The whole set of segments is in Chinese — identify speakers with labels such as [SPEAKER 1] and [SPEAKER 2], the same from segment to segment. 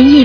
[SPEAKER 1] 意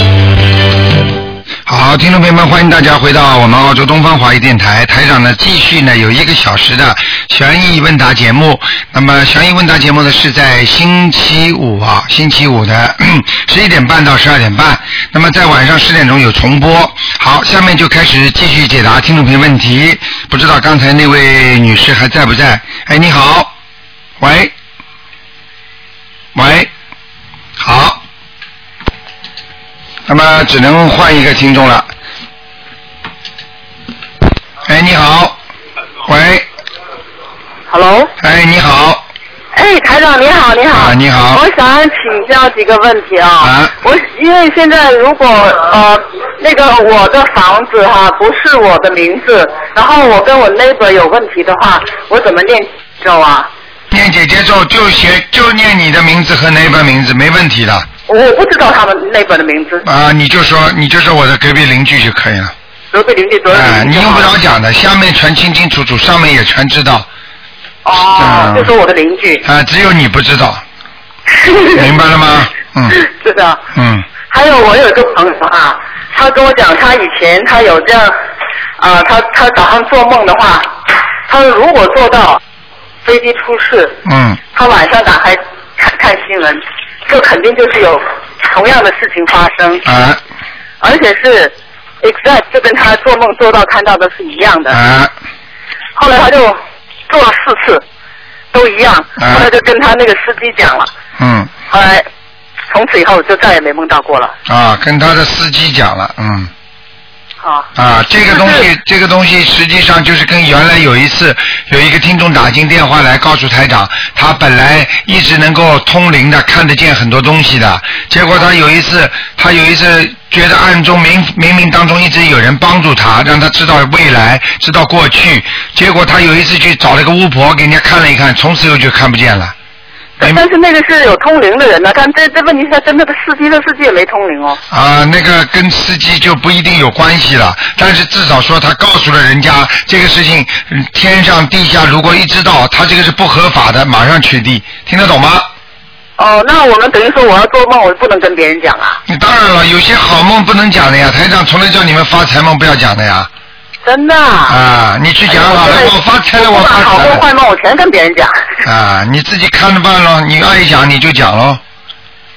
[SPEAKER 2] 好，听众朋友们，欢迎大家回到我们澳洲东方华语电台。台长呢，继续呢有一个小时的悬疑问答节目。那么悬疑问答节目呢是在星期五啊， 星期五的十一点半到十二点半。那么在晚上十点钟有重播。好，下面就开始继续解答听众朋友问题。不知道刚才那位女士还在不在？哎，你好，喂，喂，好。那么只能换一个听众了。哎，你好，喂，
[SPEAKER 3] Hello，
[SPEAKER 2] 哎，你好，
[SPEAKER 3] 哎，台长你好，你好，
[SPEAKER 2] 啊你好
[SPEAKER 3] 我想请教几个问题啊。
[SPEAKER 2] 啊
[SPEAKER 3] 我因为现在如果呃那个我的房子哈、不是我的名字，然后我跟我 neighbor 有问题的话，我怎么念咒啊？
[SPEAKER 2] 念姐姐咒就写就念你的名字和那本名字没问题的
[SPEAKER 3] 我不知道他们 neighbor 的名字，
[SPEAKER 2] 啊，你就说你就说我的隔壁邻居就可以了。
[SPEAKER 3] 隔壁邻居多少
[SPEAKER 2] 哎，
[SPEAKER 3] 邻
[SPEAKER 2] 你
[SPEAKER 3] 居就
[SPEAKER 2] 用
[SPEAKER 3] 好
[SPEAKER 2] 不
[SPEAKER 3] 了？
[SPEAKER 2] 着讲的，下面全清清楚楚，上面也全知道
[SPEAKER 3] 哦
[SPEAKER 2] 嗯，
[SPEAKER 3] 就说我的邻居。
[SPEAKER 2] 啊，只有你不知道，明白了吗？嗯
[SPEAKER 3] 是的。
[SPEAKER 2] 嗯，
[SPEAKER 3] 还有我有一个朋友啊，他跟我讲，他以前他有这样，啊、他他早上做梦的话，他如果做到飞机出事，
[SPEAKER 2] 嗯，
[SPEAKER 3] 他晚上打开看看新闻，就肯定就是有同样的事情发生，
[SPEAKER 2] 啊
[SPEAKER 3] 而且是 exact 就跟他做梦做到看到的是一样的。
[SPEAKER 2] 啊
[SPEAKER 3] 后来他就做了四次，都一样，
[SPEAKER 2] 嗯
[SPEAKER 3] 后来就跟他那个司机讲了，
[SPEAKER 2] 嗯
[SPEAKER 3] 后来从此以后就再也没梦到过了
[SPEAKER 2] 啊，跟他的司机讲了，嗯。
[SPEAKER 3] 啊。
[SPEAKER 2] 啊，这个东
[SPEAKER 3] 就
[SPEAKER 2] 西
[SPEAKER 3] 是，
[SPEAKER 2] 这个东西实际上就是跟原来有一次有一个听众打进电话来告诉台长，他本来一直能够通灵的，看得见很多东西的，结果他有一次，他有一次觉得暗中冥冥冥当中一直有人帮助他，让他知道未来，知道过去，结果他有一次去找了个巫婆给人家看了一看，从此以后就看不见了。明白
[SPEAKER 3] 但是那个是有通灵的人呢、但这这问题是他真的，司机这司机也没通灵哦。
[SPEAKER 2] 啊，那个跟司机就不一定有关系了，但是至少说他告诉了人家这个事情，嗯天上地下如果一知道，他这个是不合法的，马上取缔，听得懂吗？
[SPEAKER 3] 哦，那我们等于说我要做梦，我不能跟别人讲啊，
[SPEAKER 2] 你当然了，有些好梦不能讲的呀，台长从来叫你们发财梦不要讲的呀。
[SPEAKER 3] 真的。啊，
[SPEAKER 2] 啊，你去讲好了，
[SPEAKER 3] 哎
[SPEAKER 2] 我发财了，
[SPEAKER 3] 我
[SPEAKER 2] 我
[SPEAKER 3] 不
[SPEAKER 2] 发
[SPEAKER 3] 管好
[SPEAKER 2] 财
[SPEAKER 3] 梦坏
[SPEAKER 2] 了。
[SPEAKER 3] 梦，我全跟别人 讲。
[SPEAKER 2] 啊，你自己看着办咯，你爱讲你就讲咯，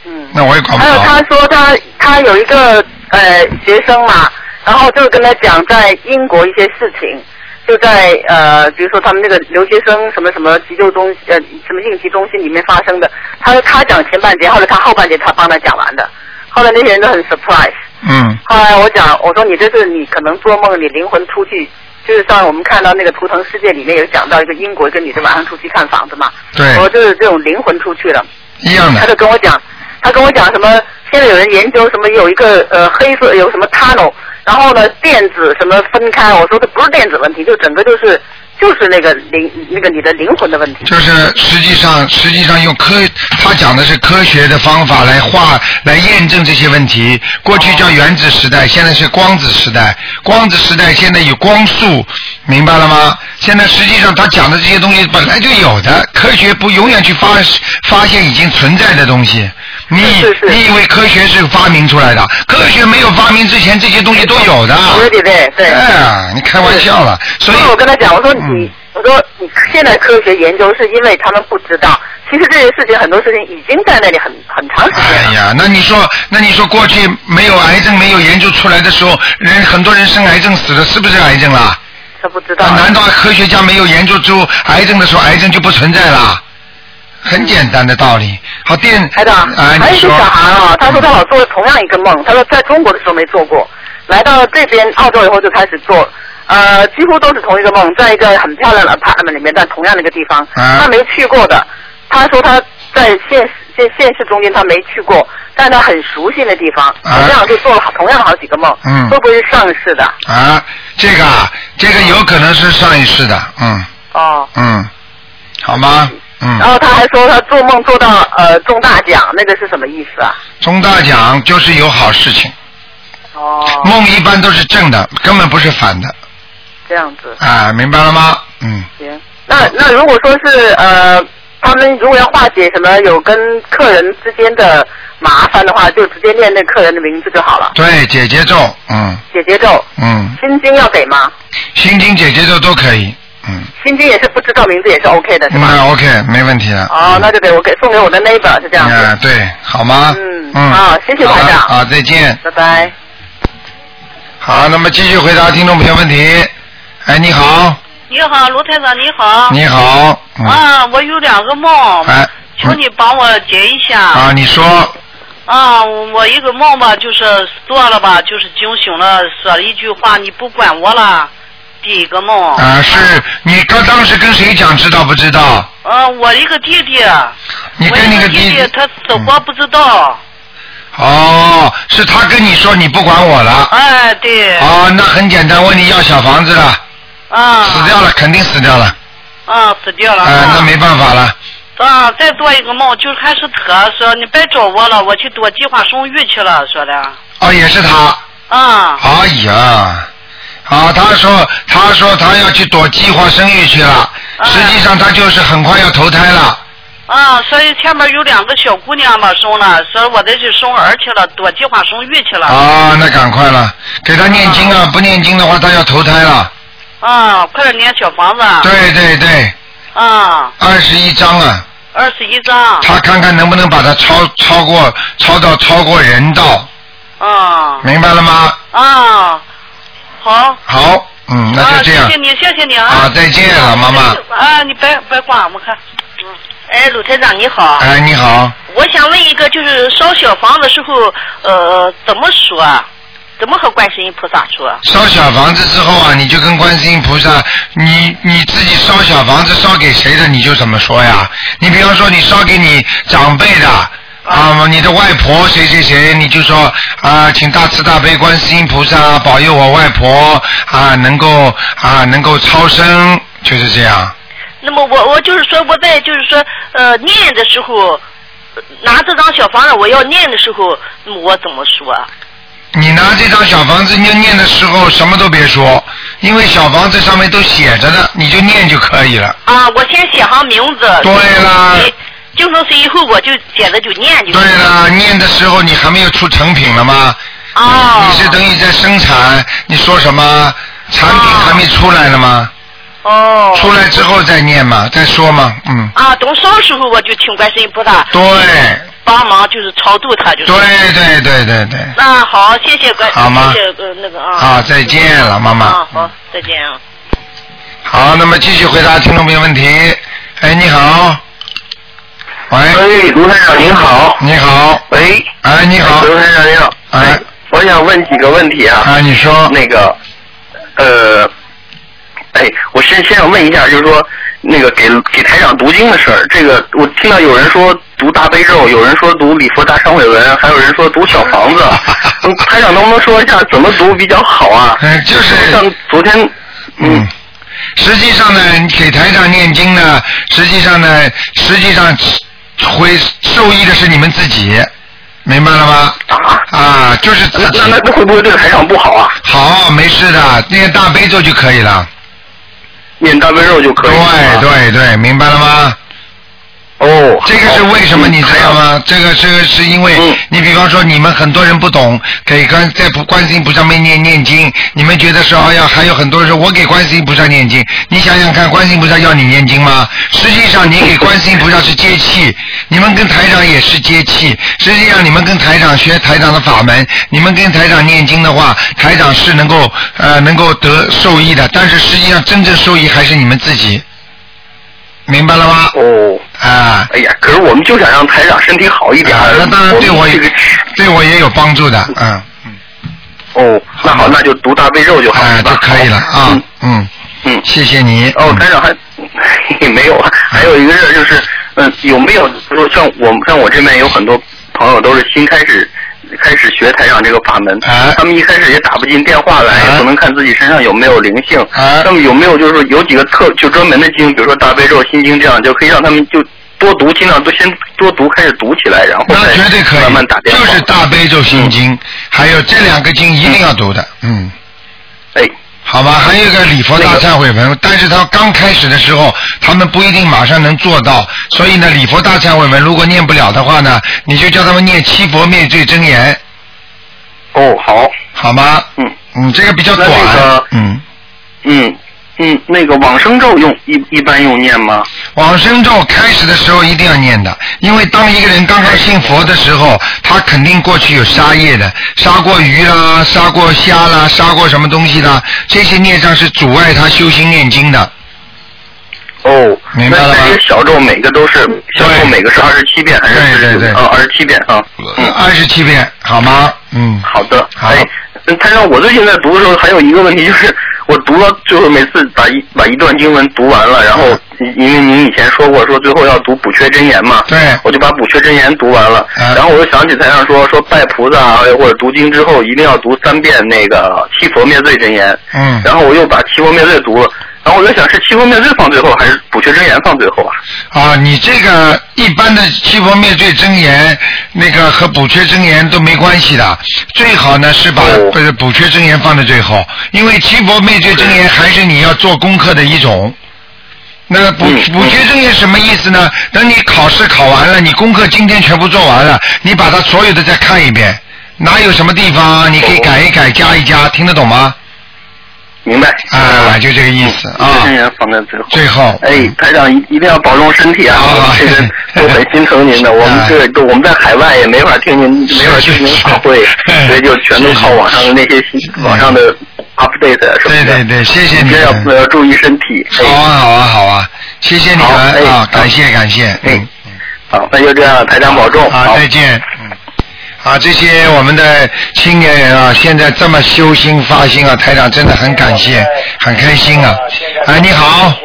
[SPEAKER 3] 嗯。
[SPEAKER 2] 那我也管不
[SPEAKER 3] 还有他
[SPEAKER 2] 着。
[SPEAKER 3] 说他他有一个呃学生嘛，然后就跟他讲在英国一些事情，就在呃比如说他们那个留学生什么什么急救中呃什么应急中心里面发生的，他他讲前半截，后来他后半截他帮他讲完的，后来那些人都很 surprise。
[SPEAKER 2] 嗯
[SPEAKER 3] 后来我讲，我说你这是你可能做梦，你灵魂出去，就是上我们看到那个《图腾世界》里面有讲到一个英国一个女的晚上出去看房子嘛，
[SPEAKER 2] 对
[SPEAKER 3] 我说就是这种灵魂出去了，
[SPEAKER 2] 一样
[SPEAKER 3] 他
[SPEAKER 2] 的
[SPEAKER 3] 就跟我讲，他跟我讲什么，现在有人研究什么有一个呃黑色有什么 tunnel，然后呢电子什么分开，我说这不是电子问题，就整个就是就是那个灵那个你的灵魂的问题，
[SPEAKER 2] 就是实际上，实际上用科，他讲的是科学的方法来化来验证这些问题。过去
[SPEAKER 3] 哦
[SPEAKER 2] 叫原子时代，现在是光子时代。光子时代现在有光速，明白了吗？现在实际上他讲的这些东西本来就有的，科学不永远去发发现已经存在的东西。你
[SPEAKER 3] 是是是
[SPEAKER 2] 你以为科学是发明出来的？科学没有发明之前，这些东西都有的。
[SPEAKER 3] 对对对对。
[SPEAKER 2] 哎呀，你开玩笑了，所以
[SPEAKER 3] 所以我跟他讲，我说你，
[SPEAKER 2] 嗯
[SPEAKER 3] 我说你现在科学研究是因为他们不知道，其实这些事情很多事情已经在那里很很长时间
[SPEAKER 2] 哎
[SPEAKER 3] 了。
[SPEAKER 2] 呀，那你说，那你说过去没有癌症没有研究出来的时候，人很多人生癌症死了，是不是癌症啦？
[SPEAKER 3] 他不知道
[SPEAKER 2] 那。啊难道科学家没有研究出癌症的时候，癌症就不存在啦？很简单的道理。好电，
[SPEAKER 3] 台长，
[SPEAKER 2] 啊，
[SPEAKER 3] 还有
[SPEAKER 2] 你
[SPEAKER 3] 一个
[SPEAKER 2] 说，
[SPEAKER 3] 小孩啊，他说他老做了同样一个梦，他说在中国的时候没做过，来到这边澳洲以后就开始做，呃，几乎都是同一个梦，在一个很漂亮的 apartment 里面，在同样的一个地方，
[SPEAKER 2] 啊
[SPEAKER 3] 他没去过的，他说他在现实现现实中间他没去过，但他很熟悉的地方，
[SPEAKER 2] 啊
[SPEAKER 3] 这样就做了好同样好几个梦，
[SPEAKER 2] 嗯
[SPEAKER 3] 会不会是上市的？
[SPEAKER 2] 啊，这个啊，这个有可能是上一世的，嗯
[SPEAKER 3] 哦，
[SPEAKER 2] 嗯，好吗？嗯
[SPEAKER 3] 然后他还说他做梦做到呃中大奖，那个是什么意思啊？
[SPEAKER 2] 中大奖就是有好事情，
[SPEAKER 3] 哦，
[SPEAKER 2] 梦一般都是正的，根本不是反的
[SPEAKER 3] 这样子，
[SPEAKER 2] 啊，明白了吗？嗯，
[SPEAKER 3] 行。那那如果说是呃，他们如果要化解什么有跟客人之间的麻烦的话，就直接念那客人的名字就好了。
[SPEAKER 2] 对，姐姐咒，嗯
[SPEAKER 3] 姐姐咒，
[SPEAKER 2] 嗯，
[SPEAKER 3] 心经要给吗？
[SPEAKER 2] 心经姐姐咒都可以，嗯，
[SPEAKER 3] 心经也是不知道名字也是 OK 的，是吧？
[SPEAKER 2] 那嗯 OK 没问题了。
[SPEAKER 3] 哦，那就给我给送给我的 neighbor 是这样
[SPEAKER 2] 啊
[SPEAKER 3] 子。，
[SPEAKER 2] 对，好吗？
[SPEAKER 3] 嗯
[SPEAKER 2] 嗯，
[SPEAKER 3] 好谢谢
[SPEAKER 2] 好
[SPEAKER 3] 台长
[SPEAKER 2] 啊，好再见。
[SPEAKER 3] 拜拜。
[SPEAKER 2] 好，那么继续回答听众朋友问题。哎，你好，
[SPEAKER 4] 你好，卢台长，你好。
[SPEAKER 2] 你好，嗯，
[SPEAKER 4] 啊，我有两个梦，
[SPEAKER 2] 哎，
[SPEAKER 4] 求你帮我解一下。
[SPEAKER 2] 啊，你说，
[SPEAKER 4] 啊，我一个梦吧，就是做了吧，就是惊醒了，说了一句话，你不管我了。第一个梦。
[SPEAKER 2] 啊，是你刚当时跟谁讲，知道不知道？
[SPEAKER 4] 啊，我一个弟弟。
[SPEAKER 2] 你跟那
[SPEAKER 4] 我
[SPEAKER 2] 个
[SPEAKER 4] 一弟
[SPEAKER 2] 弟嗯
[SPEAKER 4] 他死活不知道。
[SPEAKER 2] 哦，是他跟你说你不管我了。
[SPEAKER 4] 哎，对。
[SPEAKER 2] 哦，那很简单，问你要小房子了，
[SPEAKER 4] 啊。
[SPEAKER 2] 死掉了，肯定死掉了，
[SPEAKER 4] 啊，死掉了。
[SPEAKER 2] 啊、那没办法了，
[SPEAKER 4] 啊，再做一个梦，就是还是他说你别找我了，我去做计划生育去了，说的。
[SPEAKER 2] 哦，也是他，
[SPEAKER 4] 啊。
[SPEAKER 2] 哎呀，啊，他说他说他要去躲计划生育去了，
[SPEAKER 4] 哎
[SPEAKER 2] 实际上他就是很快要投胎了，
[SPEAKER 4] 啊，所以前面有两个小姑娘嘛生了，说我得去生儿去了，躲计划生育去了。
[SPEAKER 2] 啊，那赶快了，给他念经啊，不念经的话他要投胎了，
[SPEAKER 4] 啊，快点念小房子。。
[SPEAKER 2] 对对对，
[SPEAKER 4] 啊，
[SPEAKER 2] 二十一章啊，
[SPEAKER 4] 二十一张。
[SPEAKER 2] 他看看能不能把它超超过超到超过人道，
[SPEAKER 4] 啊
[SPEAKER 2] 明白了吗？
[SPEAKER 4] 啊，好。
[SPEAKER 2] 好，嗯，那就这样
[SPEAKER 4] 啊、谢谢你，谢谢你啊。
[SPEAKER 2] 啊，再见，
[SPEAKER 5] 嗯
[SPEAKER 2] 老妈妈。
[SPEAKER 4] 啊，你别别挂，我看。嗯。
[SPEAKER 5] 哎，鲁台长你好，
[SPEAKER 2] 哎，你好，
[SPEAKER 5] 我想问一个，就是烧小房子时候，呃，怎么说啊？怎么和观世音菩萨说啊？
[SPEAKER 2] 烧小房子之后啊，你就跟观世音菩萨，你你自己烧小房子烧给谁的，你就怎么说呀？你比方说你烧给你长辈的。啊，你的外婆谁谁谁，你就说啊，请大慈大悲观世音菩萨保佑我外婆啊，能够啊能够超生，就是这样。
[SPEAKER 5] 那么我我就是说我在就是说呃念的时候，呃拿这张小房子我要念的时候，那么我怎么说啊？
[SPEAKER 2] 你拿这张小房子念念的时候，什么都别说，因为小房子上面都写着的，你就念就可以了。
[SPEAKER 5] 啊，我先写上名字。
[SPEAKER 2] 对啦
[SPEAKER 5] 哎就说是以后我就写着就念就。
[SPEAKER 2] 对。了，念的时候你还没有出成品了吗？
[SPEAKER 5] 哦。
[SPEAKER 2] 你是等于在生产，你说什么产品
[SPEAKER 5] 哦
[SPEAKER 2] 还没出来了吗？
[SPEAKER 5] 哦。
[SPEAKER 2] 出来之后再念嘛，再说嘛，嗯，
[SPEAKER 5] 啊，等烧时候我就请观世音菩萨
[SPEAKER 2] 对，
[SPEAKER 5] 帮忙，就是超度他，就是。
[SPEAKER 2] 对对对对对，
[SPEAKER 5] 那好，谢谢关，
[SPEAKER 2] 好吗
[SPEAKER 5] 谢谢呃那个啊。
[SPEAKER 2] 啊再见了妈妈
[SPEAKER 5] 啊，好，再见啊。
[SPEAKER 2] 好，那么继续回答听众朋友问题。哎，你好，喂，
[SPEAKER 6] 喂，哎卢台长您好。
[SPEAKER 2] 你好，
[SPEAKER 6] 喂，
[SPEAKER 2] 哎，你好，
[SPEAKER 6] 卢台长您好。
[SPEAKER 2] 哎，
[SPEAKER 6] 我想问几个问题啊。
[SPEAKER 2] 啊，你说，
[SPEAKER 6] 那个，呃，哎，我先先想问一下，就是说那个给给台长读经的事儿，这个我听到有人说读大悲咒，有人说读礼佛大忏悔文，还有人说读小房子。 嗯台长能不能说一下怎么读比较好啊？
[SPEAKER 2] 嗯就是
[SPEAKER 6] 像昨天，
[SPEAKER 2] 嗯，实际上呢，给台上念经呢，实际上呢，实际上会受益的是你们自己，明白了吗？
[SPEAKER 6] 啊，
[SPEAKER 2] 啊，就是自
[SPEAKER 6] 那
[SPEAKER 2] 己
[SPEAKER 6] 那那那会不会对台长不好啊？
[SPEAKER 2] 好，没事的，念大悲咒就可以了。
[SPEAKER 6] 念大悲咒就可以了
[SPEAKER 2] 对
[SPEAKER 6] 啊。
[SPEAKER 2] 对对，明白了吗？
[SPEAKER 6] 哦，
[SPEAKER 2] 这个是
[SPEAKER 6] 好
[SPEAKER 2] 为什么，
[SPEAKER 6] 嗯
[SPEAKER 2] 你知道吗？这个这个是因为
[SPEAKER 6] 嗯，
[SPEAKER 2] 你比方说你们很多人不懂，给观在不观世音菩萨面念念经，你们觉得说哎呀，还有很多人说我给观世音菩萨念经，你想想看，观世音菩萨要你念经吗？实际上你给观世音菩萨是接气，你们跟台长也是接气，实际上你们跟台长学台长的法门，你们跟台长念经的话，台长是能够呃能够得受益的，但是实际上真正受益还是你们自己，明白了吗？
[SPEAKER 6] 哦，
[SPEAKER 2] 啊。
[SPEAKER 6] 哎呀，可是我们就想让台长身体好一点。
[SPEAKER 2] 啊，那当然对我
[SPEAKER 6] 们
[SPEAKER 2] 也
[SPEAKER 6] 这个
[SPEAKER 2] 对我也有帮助的，嗯，
[SPEAKER 6] 哦，那好，那就读大悲咒就好
[SPEAKER 2] 哎
[SPEAKER 6] 了，
[SPEAKER 2] 就可以了啊
[SPEAKER 6] 嗯，
[SPEAKER 2] 嗯，
[SPEAKER 6] 嗯，
[SPEAKER 2] 谢谢你。
[SPEAKER 6] 哦，
[SPEAKER 2] 嗯
[SPEAKER 6] 台长还没有，还 有一个事儿就是，嗯，有没有就是像我像我这边有很多朋友都是新开始开始学台长这个法门，
[SPEAKER 2] 哎
[SPEAKER 6] 他们一开始也打不进电话来，
[SPEAKER 2] 哎
[SPEAKER 6] 也不能看自己身上有没有灵性。
[SPEAKER 2] 哎
[SPEAKER 6] 那么有没有就是说有几个特就专门的经，比如说大悲咒、心经这样，就可以让他们就多读，尽量多先多读，开始读起来，然后
[SPEAKER 2] 那
[SPEAKER 6] 再
[SPEAKER 2] 绝对可以，
[SPEAKER 6] 慢慢打电话。嗯
[SPEAKER 2] 就是大悲咒心经，还有这两个经一定要读的，嗯。
[SPEAKER 6] 哎，
[SPEAKER 2] 好吧，还有一个礼佛大忏悔文，但是他刚开始的时候，他们不一定马上能做到，所以呢，礼佛大忏悔文如果念不了的话呢，你就叫他们念七佛灭罪真言，
[SPEAKER 6] 哦，好，
[SPEAKER 2] 好吗？
[SPEAKER 6] 嗯
[SPEAKER 2] 嗯，这个比较
[SPEAKER 6] 那
[SPEAKER 2] 短，
[SPEAKER 6] 那个
[SPEAKER 2] 嗯，
[SPEAKER 6] 嗯嗯，那个往生咒用一一般用念吗？
[SPEAKER 2] 往生咒开始的时候一定要念的，因为当一个人刚刚信佛的时候，他肯定过去有杀业的，杀过鱼啦，杀过虾啦，杀过什么东西啦，这些孽障是阻碍他修心念经的。
[SPEAKER 6] 哦，
[SPEAKER 2] 明白了吗
[SPEAKER 6] 那这些小咒每个都是小咒
[SPEAKER 2] 对
[SPEAKER 6] 每个是二十七遍还是
[SPEAKER 2] 对呃对对
[SPEAKER 6] 啊，二十七遍啊。嗯，
[SPEAKER 2] 二十七遍，好吗？嗯，
[SPEAKER 6] 好的。
[SPEAKER 2] 好
[SPEAKER 6] 哎，嗯他让我最近在读的时候，还有一个问题就是，我读了就是每次把一把一段经文读完了，然后因为您以前说过说最后要读补缺真言嘛，
[SPEAKER 2] 对
[SPEAKER 6] 我就把补缺真言读完了，
[SPEAKER 2] 嗯
[SPEAKER 6] 然后我就想起台上说说拜菩萨啊或者读经之后一定要读三遍那个七佛灭罪真言，
[SPEAKER 2] 嗯
[SPEAKER 6] 然后我又把七佛灭罪读了，然后我在想是七佛灭罪放最后还是补缺真言放最后啊？
[SPEAKER 2] 啊，你这个一般的七佛灭罪真言，那个和补缺真言都没关系的，最好呢是把
[SPEAKER 6] 哦
[SPEAKER 2] 不是补缺真言放在最后，因为七佛灭罪真言还是你要做功课的一种。那个补
[SPEAKER 6] 嗯
[SPEAKER 2] 补缺真言什么意思呢？等你考试考完了，你功课今天全部做完了，你把它所有的再看一遍，哪有什么地方你可以改一改、加一加，听得懂吗？
[SPEAKER 6] 明白
[SPEAKER 2] 啊，就这个意思
[SPEAKER 6] 补缺真
[SPEAKER 2] 啊。
[SPEAKER 6] 言放在最后。
[SPEAKER 2] 最后，
[SPEAKER 6] 哎，台长一一定要保重身体啊！
[SPEAKER 2] 好好
[SPEAKER 6] 这个都 很心疼您的。我们这个我们在海外也没法听您，没法听您法 会
[SPEAKER 2] 是是，
[SPEAKER 6] 所以就全都靠网上的那些信
[SPEAKER 2] 是嗯
[SPEAKER 6] 网上的 update 什么
[SPEAKER 2] 对
[SPEAKER 6] 的。
[SPEAKER 2] 对对，谢谢你
[SPEAKER 6] 真要
[SPEAKER 2] 们。
[SPEAKER 6] 要注意身体。
[SPEAKER 2] 好啊，好啊，好啊，谢谢你
[SPEAKER 6] 哎好
[SPEAKER 2] 们
[SPEAKER 6] 哎
[SPEAKER 2] 啊，感
[SPEAKER 6] 好
[SPEAKER 2] 谢感谢，嗯
[SPEAKER 6] 哎，哎，好，那就这样了，台长保重。
[SPEAKER 2] 好，再见，嗯。啊，这些我们的青年人啊，现在这么修心发心啊，台长真的很感
[SPEAKER 6] 哎
[SPEAKER 2] 谢，很开心啊！哎，你好，
[SPEAKER 6] 啊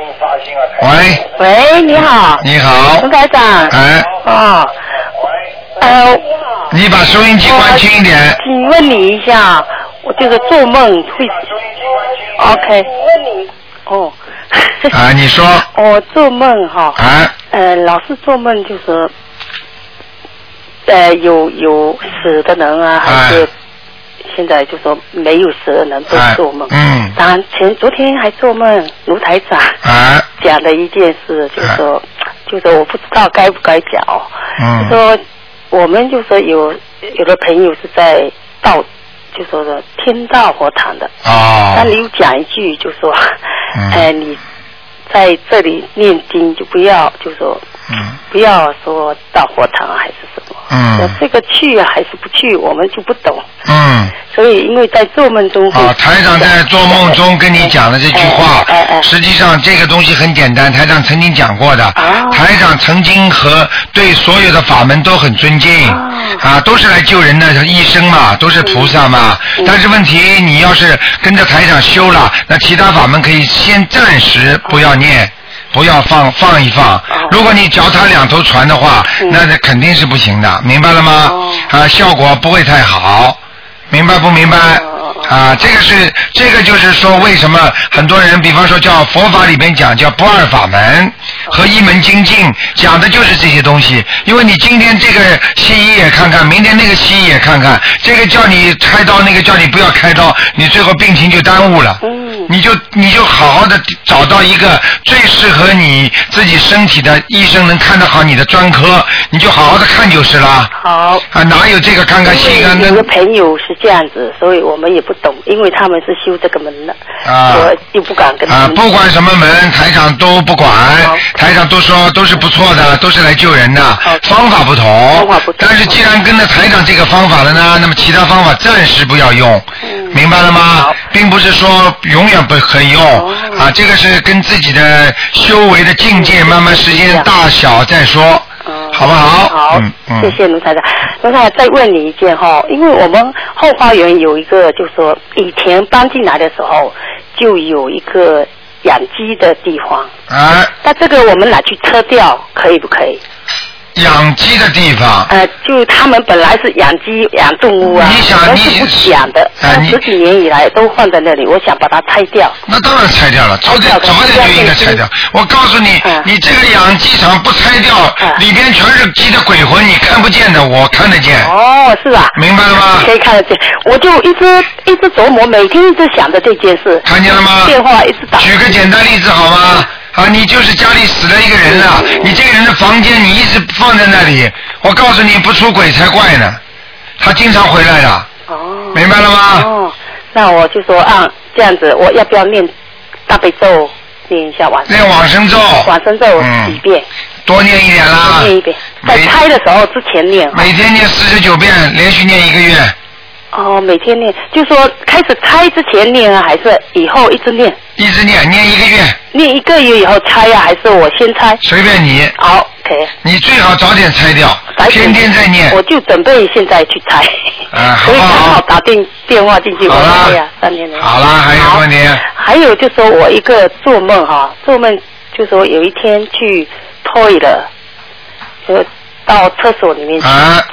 [SPEAKER 2] 喂，
[SPEAKER 7] 喂，你好，
[SPEAKER 2] 你好
[SPEAKER 7] 陈，台长。
[SPEAKER 2] 哎，
[SPEAKER 7] 啊，呃，
[SPEAKER 2] 你把收音机关轻一点，
[SPEAKER 7] 请问你一下，我这个做梦会，OK，哦，
[SPEAKER 2] 啊，你说，
[SPEAKER 7] 我哦做梦哈，
[SPEAKER 2] 啊，
[SPEAKER 7] 呃，老是做梦就是，呃，有有死的人啊，还
[SPEAKER 2] 哎
[SPEAKER 7] 是现在就说没有死的人都
[SPEAKER 2] 哎
[SPEAKER 7] 做梦，。
[SPEAKER 2] 嗯，
[SPEAKER 7] 当然前昨天还做梦，卢台长。
[SPEAKER 2] 啊，
[SPEAKER 7] 讲的一件事，就是说，就是我不知道该不该讲哦。
[SPEAKER 2] 嗯
[SPEAKER 7] 就说我们就说有有的朋友是在道，就说的天道佛堂的，那
[SPEAKER 2] 哦，
[SPEAKER 7] 你有讲一句就说，
[SPEAKER 2] 嗯
[SPEAKER 7] 哎，你在这里念经就不要就说
[SPEAKER 2] 嗯
[SPEAKER 7] 不要说到佛堂啊还是什么，那
[SPEAKER 2] 嗯
[SPEAKER 7] 这个去啊还是不去，我们就不懂。
[SPEAKER 2] 嗯。
[SPEAKER 7] 所以因为在做梦中会哎
[SPEAKER 2] 啊，台长在做梦中跟你讲的这句话
[SPEAKER 7] 哎哎哎，哎
[SPEAKER 2] 实际上这个东西很简单，台长曾经讲过的。
[SPEAKER 7] 哦
[SPEAKER 2] 台长曾经和对所有的法门都很尊敬，
[SPEAKER 7] 哦
[SPEAKER 2] 啊，都是来救人的医生嘛，都是菩萨嘛。
[SPEAKER 7] 嗯
[SPEAKER 2] 但是问题，你要是跟着台长修了，那其他法门可以先暂时不要
[SPEAKER 7] 哦
[SPEAKER 2] 念。不要放放一放，如果你脚踏两头船的话，
[SPEAKER 7] 嗯
[SPEAKER 2] 那那肯定是不行的，明白了吗？
[SPEAKER 7] 哦
[SPEAKER 2] 啊，效果不会太好，明白不明白？
[SPEAKER 7] 哦
[SPEAKER 2] 啊，这个是这个就是说，为什么很多人，比方说叫佛法里边讲叫不二法门和一门精进，讲的就是这些东西。因为你今天这个西医也看看，明天那个西医也看看，这个叫你开刀，那个叫你不要开刀，你最后病情就耽误了。
[SPEAKER 7] 嗯
[SPEAKER 2] 你就你就好好的找到一个最适合你自己身体的医生，能看得好你的专科，你就好好的看就是了。
[SPEAKER 7] 好。
[SPEAKER 2] 啊，哪有这个看看西医看
[SPEAKER 7] 因为
[SPEAKER 2] 那
[SPEAKER 7] 有个朋友是这样子，所以我们也不懂，因为他们是修这个门的，
[SPEAKER 2] 啊
[SPEAKER 7] 我又不敢跟他
[SPEAKER 2] 啊，
[SPEAKER 7] 们。
[SPEAKER 2] 不管什么门，台长都不管
[SPEAKER 7] 好，
[SPEAKER 2] 台长都说都是不错的，都是来救人的
[SPEAKER 7] 好，
[SPEAKER 2] 方法不同。
[SPEAKER 7] 方法不同
[SPEAKER 2] 但是既然跟着台长这个方法了呢，那么其他方法暂时不要用，
[SPEAKER 7] 嗯
[SPEAKER 2] 明白了吗？并不是说永远不可以用、
[SPEAKER 7] 哦
[SPEAKER 2] 啊，这个是跟自己的修为的境界慢慢时间大小再说，
[SPEAKER 7] 嗯
[SPEAKER 2] 好不好？
[SPEAKER 7] 好
[SPEAKER 2] 嗯，嗯，
[SPEAKER 7] 谢谢卢台长。卢台长，再问你一件哈，因为我们后花园有一个，就说以前搬进来的时候就有一个养鸡的地方，
[SPEAKER 2] 啊，
[SPEAKER 7] 那这个我们拿去撤掉，可以不可以？
[SPEAKER 2] 养鸡的地方。
[SPEAKER 3] 呃，就他们本来是养鸡、养动物啊，
[SPEAKER 2] 啊你想
[SPEAKER 3] 我
[SPEAKER 2] 你
[SPEAKER 3] 是不养的，
[SPEAKER 2] 哎
[SPEAKER 3] 但
[SPEAKER 2] 你
[SPEAKER 3] 十几年以来都放在那里，我想把它拆掉。
[SPEAKER 2] 那当然拆掉了，早点
[SPEAKER 3] 拆掉
[SPEAKER 2] 早
[SPEAKER 3] 了
[SPEAKER 2] 点就应该拆掉。我告诉你
[SPEAKER 3] 嗯，
[SPEAKER 2] 你这个养鸡场不拆掉，
[SPEAKER 3] 嗯
[SPEAKER 2] 里边全是鸡的鬼魂，你看不见的，我看得见，
[SPEAKER 3] 哦，是啊，
[SPEAKER 2] 明白了吗
[SPEAKER 3] 可？以看得见。我就一直一直琢磨，每天一直想着这件事，
[SPEAKER 2] 看见了吗？
[SPEAKER 3] 电话一直打。
[SPEAKER 2] 举个简单例子好吗？啊，你就是家里死了一个人了，
[SPEAKER 3] 嗯
[SPEAKER 2] 你这个人的房间你一直放在那里，我告诉你，不出轨才怪呢。他经常回来的，
[SPEAKER 3] 哦。
[SPEAKER 2] 明白了吗？
[SPEAKER 3] 哦，那我就说啊，这样子，我要不要念大悲咒，念一下晚上
[SPEAKER 2] 念往生咒，
[SPEAKER 3] 晚生咒几
[SPEAKER 2] 嗯，
[SPEAKER 3] 遍，
[SPEAKER 2] 多念一点啦
[SPEAKER 3] 多，念一遍，在
[SPEAKER 2] 每
[SPEAKER 3] 拆的时候之前念。
[SPEAKER 2] 每天念四十九遍，连续念一个月，
[SPEAKER 3] 哦，每天念，就说开始拆之前念啊，还是以后一直念？
[SPEAKER 2] 一直念，念一个月，
[SPEAKER 3] 念一个月以后拆呀、啊，还是我先拆？
[SPEAKER 2] 随便你，
[SPEAKER 3] 好，OK。
[SPEAKER 2] 你最好早点拆掉，天天在念
[SPEAKER 3] 我。就准备现在去拆。
[SPEAKER 2] 啊好
[SPEAKER 3] 所以
[SPEAKER 2] 不
[SPEAKER 3] 刚
[SPEAKER 2] 好
[SPEAKER 3] 好打电电话进去，
[SPEAKER 2] 好
[SPEAKER 3] 我
[SPEAKER 2] 啦
[SPEAKER 3] 哎呀，三年了。
[SPEAKER 2] 好啦，还有什么问题？
[SPEAKER 3] 还有就说我一个做梦哈、做梦就说有一天去 toilet，就到厕所里面去。
[SPEAKER 2] 啊，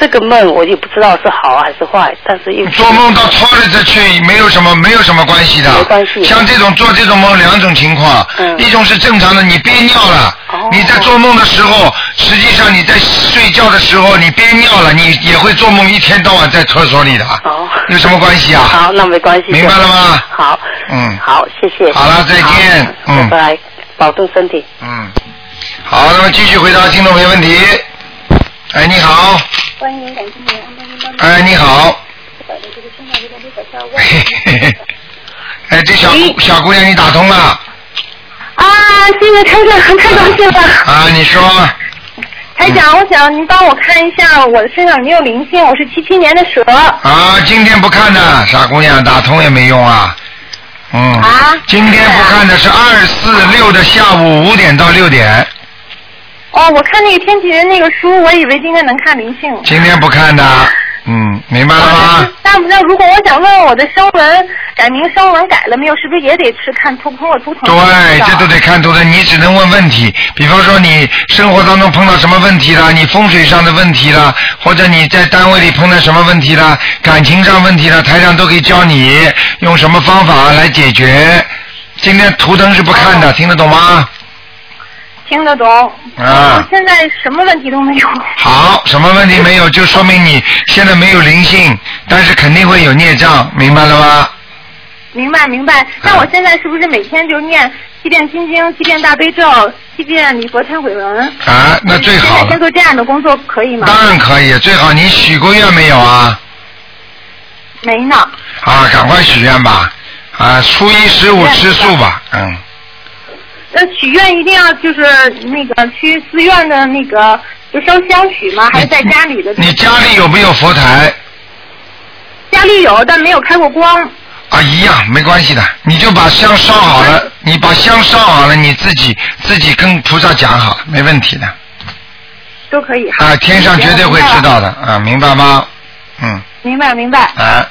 [SPEAKER 3] 这个梦我就不知道是好还是坏，但是又
[SPEAKER 2] 做梦到 toilet 去没有什么没有什么关系的，
[SPEAKER 3] 没关系
[SPEAKER 2] 像这种做这种梦两种情况，
[SPEAKER 3] 嗯
[SPEAKER 2] 一种是正常的，你憋尿了，
[SPEAKER 3] 哦
[SPEAKER 2] 你在做梦的时候，实际上你在睡觉的时候你憋尿了，你也会做梦一天到晚在厕所里的，
[SPEAKER 3] 哦
[SPEAKER 2] 有什么关系啊？
[SPEAKER 3] 好，那没关系。
[SPEAKER 2] 明白了吗
[SPEAKER 3] 好，
[SPEAKER 2] 嗯
[SPEAKER 3] 好，谢谢。
[SPEAKER 2] 好了再见
[SPEAKER 3] 好
[SPEAKER 2] 嗯
[SPEAKER 3] 拜拜，保重身体。
[SPEAKER 2] 嗯，好，那么继续回答听众朋友问题。哎，你好，
[SPEAKER 8] 欢迎感谢您安排您帮忙
[SPEAKER 2] 哎，你 好，哎
[SPEAKER 8] 找的这个生产力的小小
[SPEAKER 2] 嘿嘿嘿哎，这小姑小姑娘你打通了
[SPEAKER 8] 啊，谢谢台 长，太高兴了！
[SPEAKER 2] 啊？你说，
[SPEAKER 8] 台长，我想您帮我看一下我的身上有没有灵性，我是七七年的蛇。
[SPEAKER 2] 啊，今天不看的，傻姑娘，打通也没用啊。嗯。
[SPEAKER 8] 啊
[SPEAKER 2] 今天不看的是二四六的下午五点到六点，
[SPEAKER 8] 哦，我看那个天启人那个书，我以为今天能看灵性。
[SPEAKER 2] 今天不看的。嗯，明白了吗？
[SPEAKER 8] 哦那那如果我想问问我的声纹改名声纹改了没有，是不是也得是看通通过图腾？
[SPEAKER 2] 对，这都得看图腾，你只能问问题。比方说你生活当中碰到什么问题啦，你风水上的问题啦，或者你在单位里碰到什么问题啦，感情上问题啦，台上都可以教你用什么方法来解决。今天图腾是不看的，听得懂吗？
[SPEAKER 8] 听得懂。
[SPEAKER 2] 啊
[SPEAKER 8] 我现在什么问题都没有。
[SPEAKER 2] 好，什么问题没有，就说明你现在没有灵性，但是肯定会有孽障，明白了吗？
[SPEAKER 8] 明白明白，那我现在是不是每天就念七遍心经、七遍大悲咒、七遍礼佛忏悔文？
[SPEAKER 2] 啊，那最好
[SPEAKER 8] 现在先
[SPEAKER 2] 了，
[SPEAKER 8] 做这样的工作可以吗？
[SPEAKER 2] 当然可以，最好你许过愿没有啊？
[SPEAKER 8] 没呢。
[SPEAKER 2] 啊，赶快许愿吧！啊，初一十五吃素吧，嗯，
[SPEAKER 8] 呃，许愿一定要就是那个去寺院的那个就烧香许 吗？还是在家里的？
[SPEAKER 2] 你家里有没有佛台？
[SPEAKER 8] 家里有，但没有开过光。
[SPEAKER 2] 啊，一样没关系的，你就把香烧好
[SPEAKER 8] 嗯
[SPEAKER 2] 了，你把香烧好了，你自己自己跟菩萨讲好，没问题的。
[SPEAKER 8] 都可以。
[SPEAKER 2] 啊，天上绝对会知道的，啊，明白吗？嗯，
[SPEAKER 8] 明白明白。
[SPEAKER 2] 啊。
[SPEAKER 8] 哎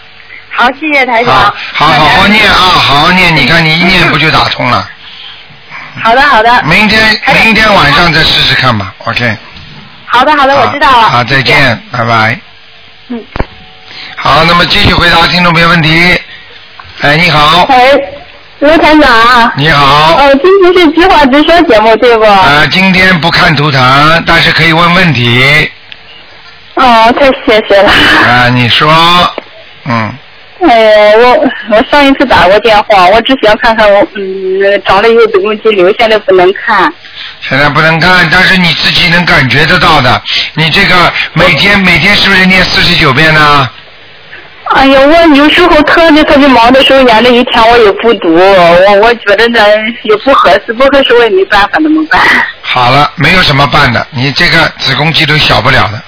[SPEAKER 8] 好，谢谢台长。
[SPEAKER 2] 好，好好好念啊，好好念，你看你一念不就打通了？
[SPEAKER 8] 好的好的
[SPEAKER 2] 明天明天晚上再试试看吧，OK。
[SPEAKER 8] 好的好的，我知道了。
[SPEAKER 2] 好，再
[SPEAKER 8] 谢谢。
[SPEAKER 2] 见，拜拜。
[SPEAKER 8] 嗯。
[SPEAKER 2] 好，那么继续回答听众朋友问题。哎，你好，
[SPEAKER 8] 喂，卢台长啊，
[SPEAKER 2] 你好。
[SPEAKER 8] 呃，今天是计划直说节目对不？
[SPEAKER 2] 啊，今天不看图腾，但是可以问问题。
[SPEAKER 8] 哦，太谢谢了。
[SPEAKER 2] 啊，你说，嗯，
[SPEAKER 8] 哎呀，我我上一次打过电话，我只想看看我嗯长了有子宫肌瘤，现在不能看。
[SPEAKER 2] 现在不能看，但是你自己能感觉得到的。你这个每天每天是不是念四十九遍呢、
[SPEAKER 8] 哎呀，我有时候特别特别忙的时候，眼泪一天我也不读，我我觉得那也不合适，不合适我也没办法，怎么办？
[SPEAKER 2] 好了，没有什么办的，你这个子宫肌瘤小不了的，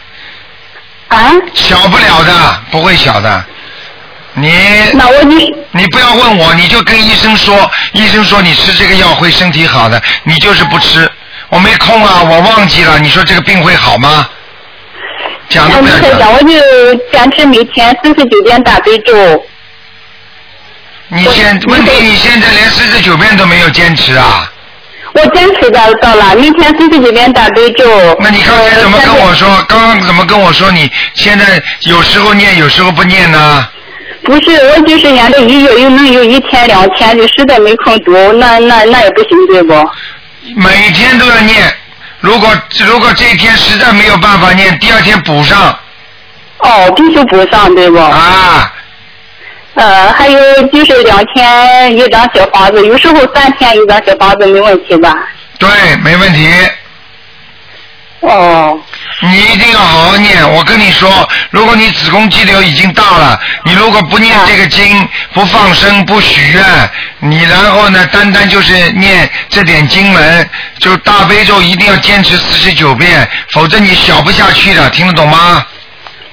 [SPEAKER 8] 啊？
[SPEAKER 2] 小不了的，不会小的。你
[SPEAKER 8] 那我你
[SPEAKER 2] 你不要问我，你就跟医生说，医生说你吃这个药会身体好的，你就是不吃。我没空啊，我忘记了。你说这个病会好吗？讲都
[SPEAKER 8] 我
[SPEAKER 2] 不要
[SPEAKER 8] 特想，
[SPEAKER 2] 讲。
[SPEAKER 8] 我就坚持每天四十九遍大悲咒。
[SPEAKER 2] 你现问题你现在连四十九遍都没有坚持啊？
[SPEAKER 8] 我坚持到到了，明天星期几连打对咒。
[SPEAKER 2] 那你刚才怎么跟我说？刚刚怎么跟我说你现在有时候念，有时候不念呢？
[SPEAKER 8] 不是，我呃就是原来一有又能有一天两天，就实在没空读，那那那也不行，对不？
[SPEAKER 2] 每天都要念。如果如果这一天实在没有办法念，第二天补上
[SPEAKER 8] 哦，必须补上，对不？
[SPEAKER 2] 啊。
[SPEAKER 8] 呃，还有就是两天一张小房子，有时候三天一张小房子没问题吧？
[SPEAKER 2] 对，没问题。
[SPEAKER 8] 哦，
[SPEAKER 2] 你一定要好好念。我跟你说，如果你子宫肌瘤已经大了，你如果不念这个经，不放生，不许愿，你然后呢，单单就是念这点经文，就大悲咒一定要坚持四十九遍，否则你小不下去的，听得懂吗？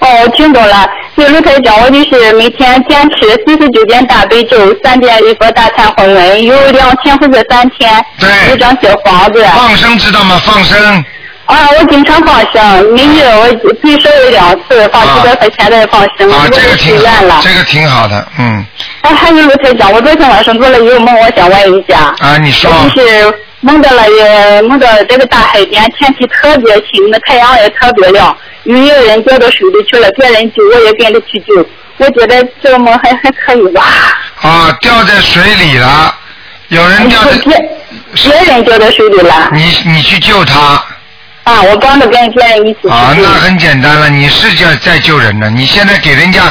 [SPEAKER 8] 哦，我听懂了。就卢台长，我就是每天坚持四十九遍大悲咒，三遍礼佛大忏悔文，有两天或者三天，
[SPEAKER 2] 对
[SPEAKER 8] 一张小房子。
[SPEAKER 2] 放生知道吗？放生，
[SPEAKER 8] 啊，我经常放生，每月我最少有两次放
[SPEAKER 2] 啊
[SPEAKER 8] 十多块钱的放生，
[SPEAKER 2] 啊
[SPEAKER 8] 我，
[SPEAKER 2] 这
[SPEAKER 8] 都
[SPEAKER 2] 个
[SPEAKER 8] 许
[SPEAKER 2] 挺
[SPEAKER 8] 愿了
[SPEAKER 2] 好，。这个挺好的，嗯，
[SPEAKER 8] 哎，还有卢台长，我昨天晚上做了一个梦，我想问一下。
[SPEAKER 2] 啊，你说，
[SPEAKER 8] 我就是梦到了也梦到了这个大海边，天气特别晴，那太阳也特别亮。有一个人掉到水里去了，别人救我也跟着去救。我觉得这个梦还还可以吧。
[SPEAKER 2] 啊，掉在水里了，有人掉在，
[SPEAKER 8] 别别人掉到水里了
[SPEAKER 2] 你你去救他。
[SPEAKER 8] 啊！我帮着跟别人一起去救。
[SPEAKER 2] 啊，那很简单了，你是叫在救人呢，你现在给人家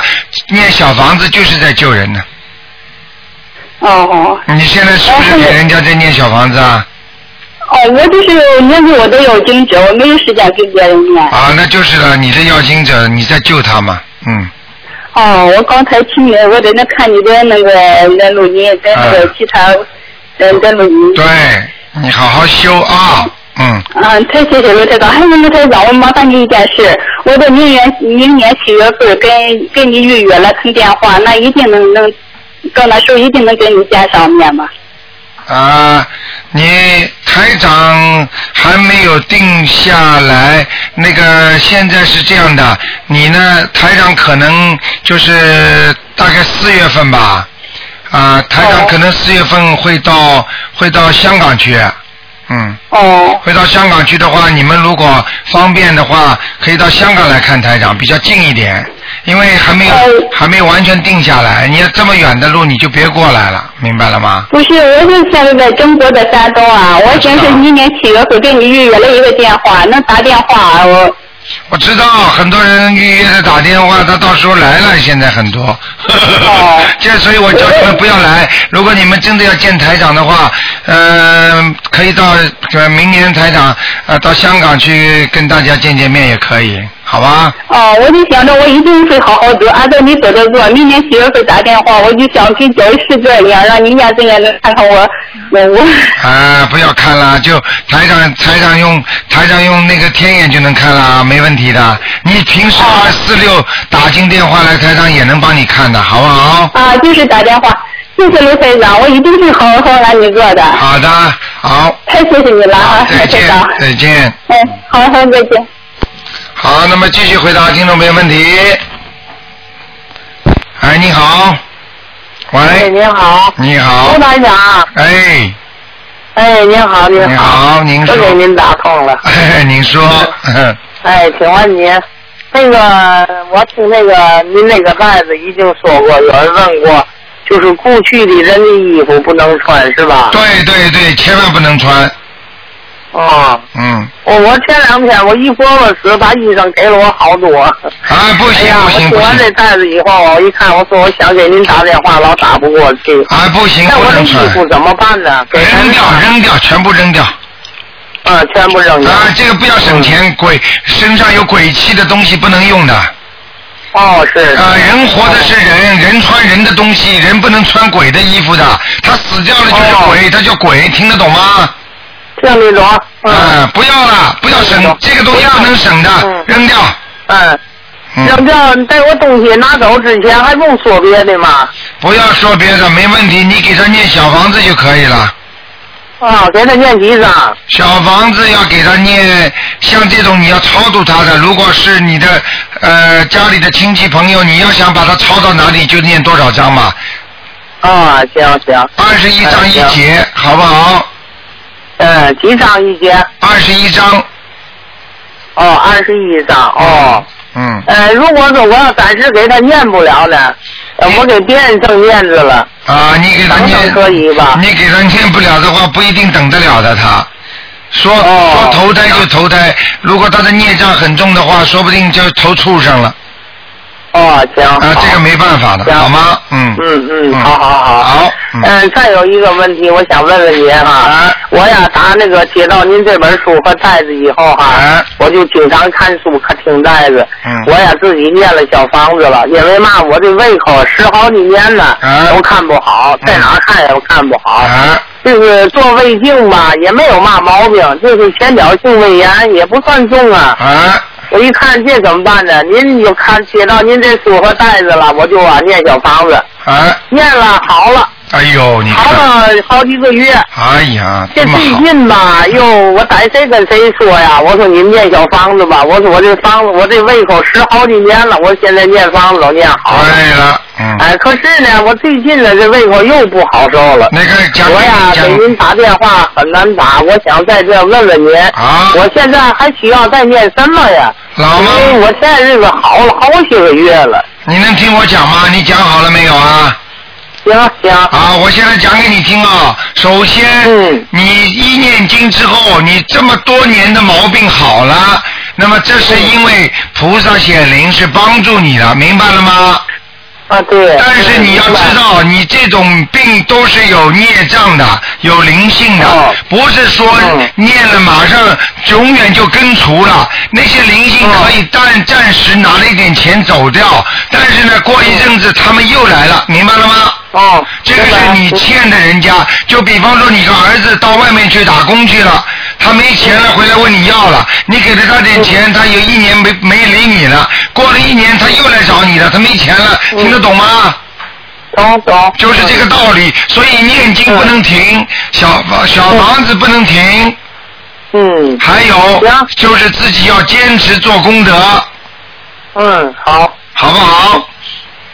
[SPEAKER 2] 念小房子就是在救人呢。
[SPEAKER 8] 哦
[SPEAKER 2] 你现在是不是给人家在念小房子啊？
[SPEAKER 8] 哦，我就是念给我的要经者，我没有时间给别人念。
[SPEAKER 2] 啊，那就是了，你的要经者，你在救他嘛，嗯，
[SPEAKER 8] 哦，我刚才听你，我在那看你的那个那录音，在那个
[SPEAKER 2] 啊
[SPEAKER 8] 其他呃在录音。
[SPEAKER 2] 对，你好好修啊，嗯，
[SPEAKER 8] 嗯，太谢谢卢台长，还有卢台长，我麻烦你一件事，我的明年明年七月份跟跟你预约了通电话，那一定能能，到那时候一定能跟你见上面吧？
[SPEAKER 2] 啊，你台长还没有定下来，那个现在是这样的，你呢，台长可能就是大概四月份吧，啊，台长
[SPEAKER 8] 哦
[SPEAKER 2] 可能四月份会到会到香港去，嗯，
[SPEAKER 8] 哦
[SPEAKER 2] 回到香港去的话，你们如果方便的话，可以到香港来看台长，比较近一点，因为还没有、
[SPEAKER 8] 哦
[SPEAKER 2] 还没有完全定下来，你要这么远的路你就别过来了，明白了吗？
[SPEAKER 8] 不是，我是现在在中国的山东啊，我寻思明年七月份跟你预约了一个电话，能打电话啊我。
[SPEAKER 2] 我知道很多人预约着打电话，他到时候来了，现在很多。 这所以我叫你们不要来。如果你们真的要见台长的话，呃，可以到呃明年台长呃到香港去跟大家见见面也可以，好吧？
[SPEAKER 8] 哦，我就想着我一定会好好做，按照你说的做。明年七月份打电话，我就想跟教师这一样，让你验证验证，看看我我我。
[SPEAKER 2] 啊，不要看了，就台长台长用台长用那个天眼就能看了，没问题的。你平时二四六打进电话来，台长也能帮你看的，好不好？
[SPEAKER 8] 啊，就是打电话。谢谢卢台长，我一定会好好让你做的。
[SPEAKER 2] 好的，好，
[SPEAKER 8] 太谢谢你了啊，卢
[SPEAKER 2] 再
[SPEAKER 8] 台
[SPEAKER 2] 见
[SPEAKER 8] 长。，
[SPEAKER 2] 再见。
[SPEAKER 8] 嗯，好好再见。
[SPEAKER 2] 好，那么继续回答听众朋友问题。哎，你好，
[SPEAKER 3] 哎，
[SPEAKER 2] 喂，
[SPEAKER 3] 您好，
[SPEAKER 2] 你好
[SPEAKER 3] 吴，班长。
[SPEAKER 2] 哎，
[SPEAKER 3] 哎，您好，您
[SPEAKER 2] 你好，您
[SPEAKER 3] 又 给
[SPEAKER 2] 说，
[SPEAKER 3] 您打通了。
[SPEAKER 2] 哎，您说， 嗯
[SPEAKER 3] 哎，请问您，那个我听那个您那个袋子已经说过，有人问过，就是故去的人的衣服不能穿是吧？
[SPEAKER 2] 对对对，千万不能穿，
[SPEAKER 3] 哦，
[SPEAKER 2] 嗯，
[SPEAKER 3] 我我前两天我一琢磨时，他医生给了我好多。
[SPEAKER 2] 啊，不
[SPEAKER 3] 哎
[SPEAKER 2] 行
[SPEAKER 3] 呀，
[SPEAKER 2] 不
[SPEAKER 3] 我
[SPEAKER 2] 行
[SPEAKER 3] 听
[SPEAKER 2] 不
[SPEAKER 3] 完
[SPEAKER 2] 行
[SPEAKER 3] 这，袋子以后，啊我一看，我说我想给您打电话，老打不过去。
[SPEAKER 2] 啊，不行，
[SPEAKER 3] 那
[SPEAKER 2] 不
[SPEAKER 3] 哎我这
[SPEAKER 2] 能
[SPEAKER 3] 衣
[SPEAKER 2] 穿
[SPEAKER 3] 服，怎么办呢？给人
[SPEAKER 2] 扔掉，扔掉，全部扔掉。
[SPEAKER 3] 啊，全部扔掉。
[SPEAKER 2] 啊，这个不要省
[SPEAKER 3] 嗯
[SPEAKER 2] 钱，鬼身上有鬼气的东西不能用的。啊，
[SPEAKER 3] 哦，是。
[SPEAKER 2] 呃
[SPEAKER 3] 啊
[SPEAKER 2] 人活的是人，人穿人的东西，人不能穿鬼的衣服的。他死掉了就是
[SPEAKER 3] 哦
[SPEAKER 2] 鬼，他叫鬼，听得懂吗？
[SPEAKER 3] 听你懂。嗯
[SPEAKER 2] 啊，不要了，不要省
[SPEAKER 3] 听得懂，
[SPEAKER 2] 这个东西
[SPEAKER 3] 不要
[SPEAKER 2] 不能省的
[SPEAKER 3] 嗯，
[SPEAKER 2] 扔掉。
[SPEAKER 3] 嗯，扔
[SPEAKER 2] 嗯，
[SPEAKER 3] 掉你在我东西拿走之前，还用说别的吗？
[SPEAKER 2] 不要说别的，没问题，你给他念小房子就可以了。
[SPEAKER 3] 啊，给他念几张？
[SPEAKER 2] 小房子要给他念，像这种你要超度他的。如果是你的呃家里的亲戚朋友，你要想把他超到哪里，就念多少章嘛，
[SPEAKER 3] 啊，行行，哎
[SPEAKER 2] 二十一章一节，好不好？
[SPEAKER 3] 嗯、嗯，几张一节？
[SPEAKER 2] 二十一张。
[SPEAKER 3] 哦，二十一张哦。
[SPEAKER 2] 嗯。
[SPEAKER 3] 呃，如果说我要暂时给他念不了呢，呃，我给别人挣面子了，
[SPEAKER 2] 啊，你给他念
[SPEAKER 3] 可以吧？
[SPEAKER 2] 你给他念不了的话，不一定等得了的他。说、
[SPEAKER 3] 哦
[SPEAKER 2] 说投胎就投胎，如果他的孽障很重的话，说不定就投畜生了。
[SPEAKER 3] 哦，行。
[SPEAKER 2] 啊，这个没办法的，
[SPEAKER 3] 行
[SPEAKER 2] 好吗？嗯。
[SPEAKER 3] 嗯嗯，好好好。
[SPEAKER 2] 好。
[SPEAKER 3] 嗯、再有一个问题，我想问问您哈、
[SPEAKER 2] 哎
[SPEAKER 3] 我呀打那个接到您这本书和袋子以后哈、我就经常看书看听袋子。
[SPEAKER 2] 哎嗯
[SPEAKER 3] 我呀自己念了小房子了，因为嘛，我这胃口十好几年了、
[SPEAKER 2] 哎
[SPEAKER 3] 都看不好，在哪儿看也看不好。就是做胃镜吧，也没有嘛毛病，就是前脚性胃炎，也不算重
[SPEAKER 2] 哎
[SPEAKER 3] 啊。我一看这怎么办呢？您就看接到您这书和袋子了，我就啊念小房子，
[SPEAKER 2] 哎，
[SPEAKER 3] 念了好了，
[SPEAKER 2] 哎呦，你
[SPEAKER 3] 好
[SPEAKER 2] 看，
[SPEAKER 3] 了好几个月。
[SPEAKER 2] 哎呀，
[SPEAKER 3] 这
[SPEAKER 2] 这么
[SPEAKER 3] 最
[SPEAKER 2] 好。
[SPEAKER 3] 近吧，又我逮谁跟谁说呀？我说您念小房子吧，我说我这房子我这胃口使好几年了，我现在念房子都念好了。
[SPEAKER 2] 对了，嗯。
[SPEAKER 3] 哎，可是呢，我最近呢这胃口又不好受了。
[SPEAKER 2] 那个讲
[SPEAKER 3] 我呀
[SPEAKER 2] 讲
[SPEAKER 3] 给您打电话很难打，我想在这问问您。
[SPEAKER 2] 啊。
[SPEAKER 3] 我现在还需要再念什么呀？
[SPEAKER 2] 老妈
[SPEAKER 3] 因为我现在日子好了好些个月了。
[SPEAKER 2] 你能听我讲吗？你讲好了没有啊？
[SPEAKER 3] 行行。
[SPEAKER 2] 啊，我现在讲给你听啊。首先，你一念经之后，你这么多年的毛病好了，那么这是因为菩萨显灵是帮助你的，明白了吗？
[SPEAKER 3] 啊，对。
[SPEAKER 2] 但是你要知道，你这种病都是有孽障的，有灵性的，不是说念了马上永远就根除了。那些灵性可以暂暂时拿了一点钱走掉，但是呢，过一阵子他们又来了，明白了吗？
[SPEAKER 3] 哦，
[SPEAKER 2] 这个是你欠的人家。就比方说，你个儿子到外面去打工去了，他没钱了，回来问你要了，你给了他点钱，他有一年没没理你了，过了一年他又来找你了，他没钱了，
[SPEAKER 3] 嗯
[SPEAKER 2] 听得懂吗？
[SPEAKER 3] 哦懂懂，
[SPEAKER 2] 就是这个道理，所以念经不能停，小房小房子不能停。
[SPEAKER 3] 嗯。
[SPEAKER 2] 还有，就是自己要坚持做功德，
[SPEAKER 3] 嗯，好。
[SPEAKER 2] 好不好？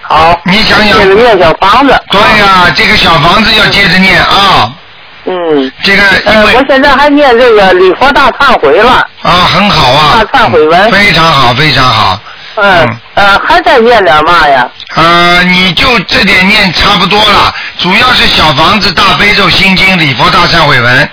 [SPEAKER 3] 好。
[SPEAKER 2] 你想想。
[SPEAKER 3] 接着念小房子。
[SPEAKER 2] 对呀、这个小房子要接着念啊。
[SPEAKER 3] 嗯。
[SPEAKER 2] 这个
[SPEAKER 3] 呃，我现在还念这个礼佛大忏悔了。
[SPEAKER 2] 啊，很好啊。
[SPEAKER 3] 大忏悔文。
[SPEAKER 2] 非常好，非常好。
[SPEAKER 3] 嗯。呃，还在念点嘛呀？
[SPEAKER 2] 呃，你就这点念差不多了，主要是小房子、大悲咒、心经、礼佛大忏悔文，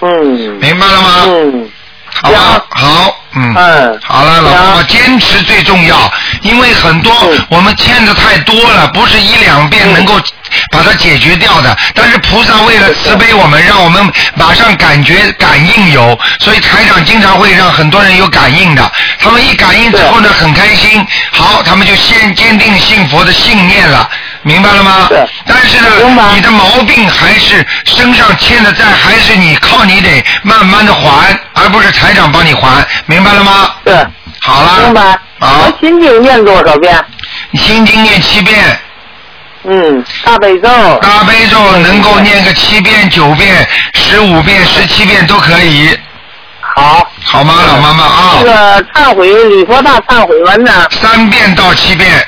[SPEAKER 3] 嗯。
[SPEAKER 2] 明白了吗？
[SPEAKER 3] 嗯。
[SPEAKER 2] 好吧，好，嗯，
[SPEAKER 3] 嗯，
[SPEAKER 2] 好了，老婆，坚持最重要，因为很多我们欠的太多了，不是一两遍能够把它解决掉的。但是菩萨为了慈悲我们，让我们马上感觉感应有，所以台长经常会让很多人有感应的。他们一感应之后呢，很开心，好，他们就先坚定信佛的信念了。明白了吗？但是 呢，你的毛病还是身上欠的债，还是你靠你得慢慢的还，而不是台长帮你还，明白了吗？
[SPEAKER 3] 对。
[SPEAKER 2] 好了。
[SPEAKER 3] 明白。
[SPEAKER 2] 好。
[SPEAKER 3] 我心经念多少遍？
[SPEAKER 2] 你心经念七遍。
[SPEAKER 3] 嗯，大悲咒。
[SPEAKER 2] 大悲咒能够念个七遍、九遍、十五遍、十七遍都可以。
[SPEAKER 3] 好。
[SPEAKER 2] 好吗，老妈妈啊？
[SPEAKER 3] 这个忏悔礼佛大忏悔文呢？
[SPEAKER 2] 三遍到七遍。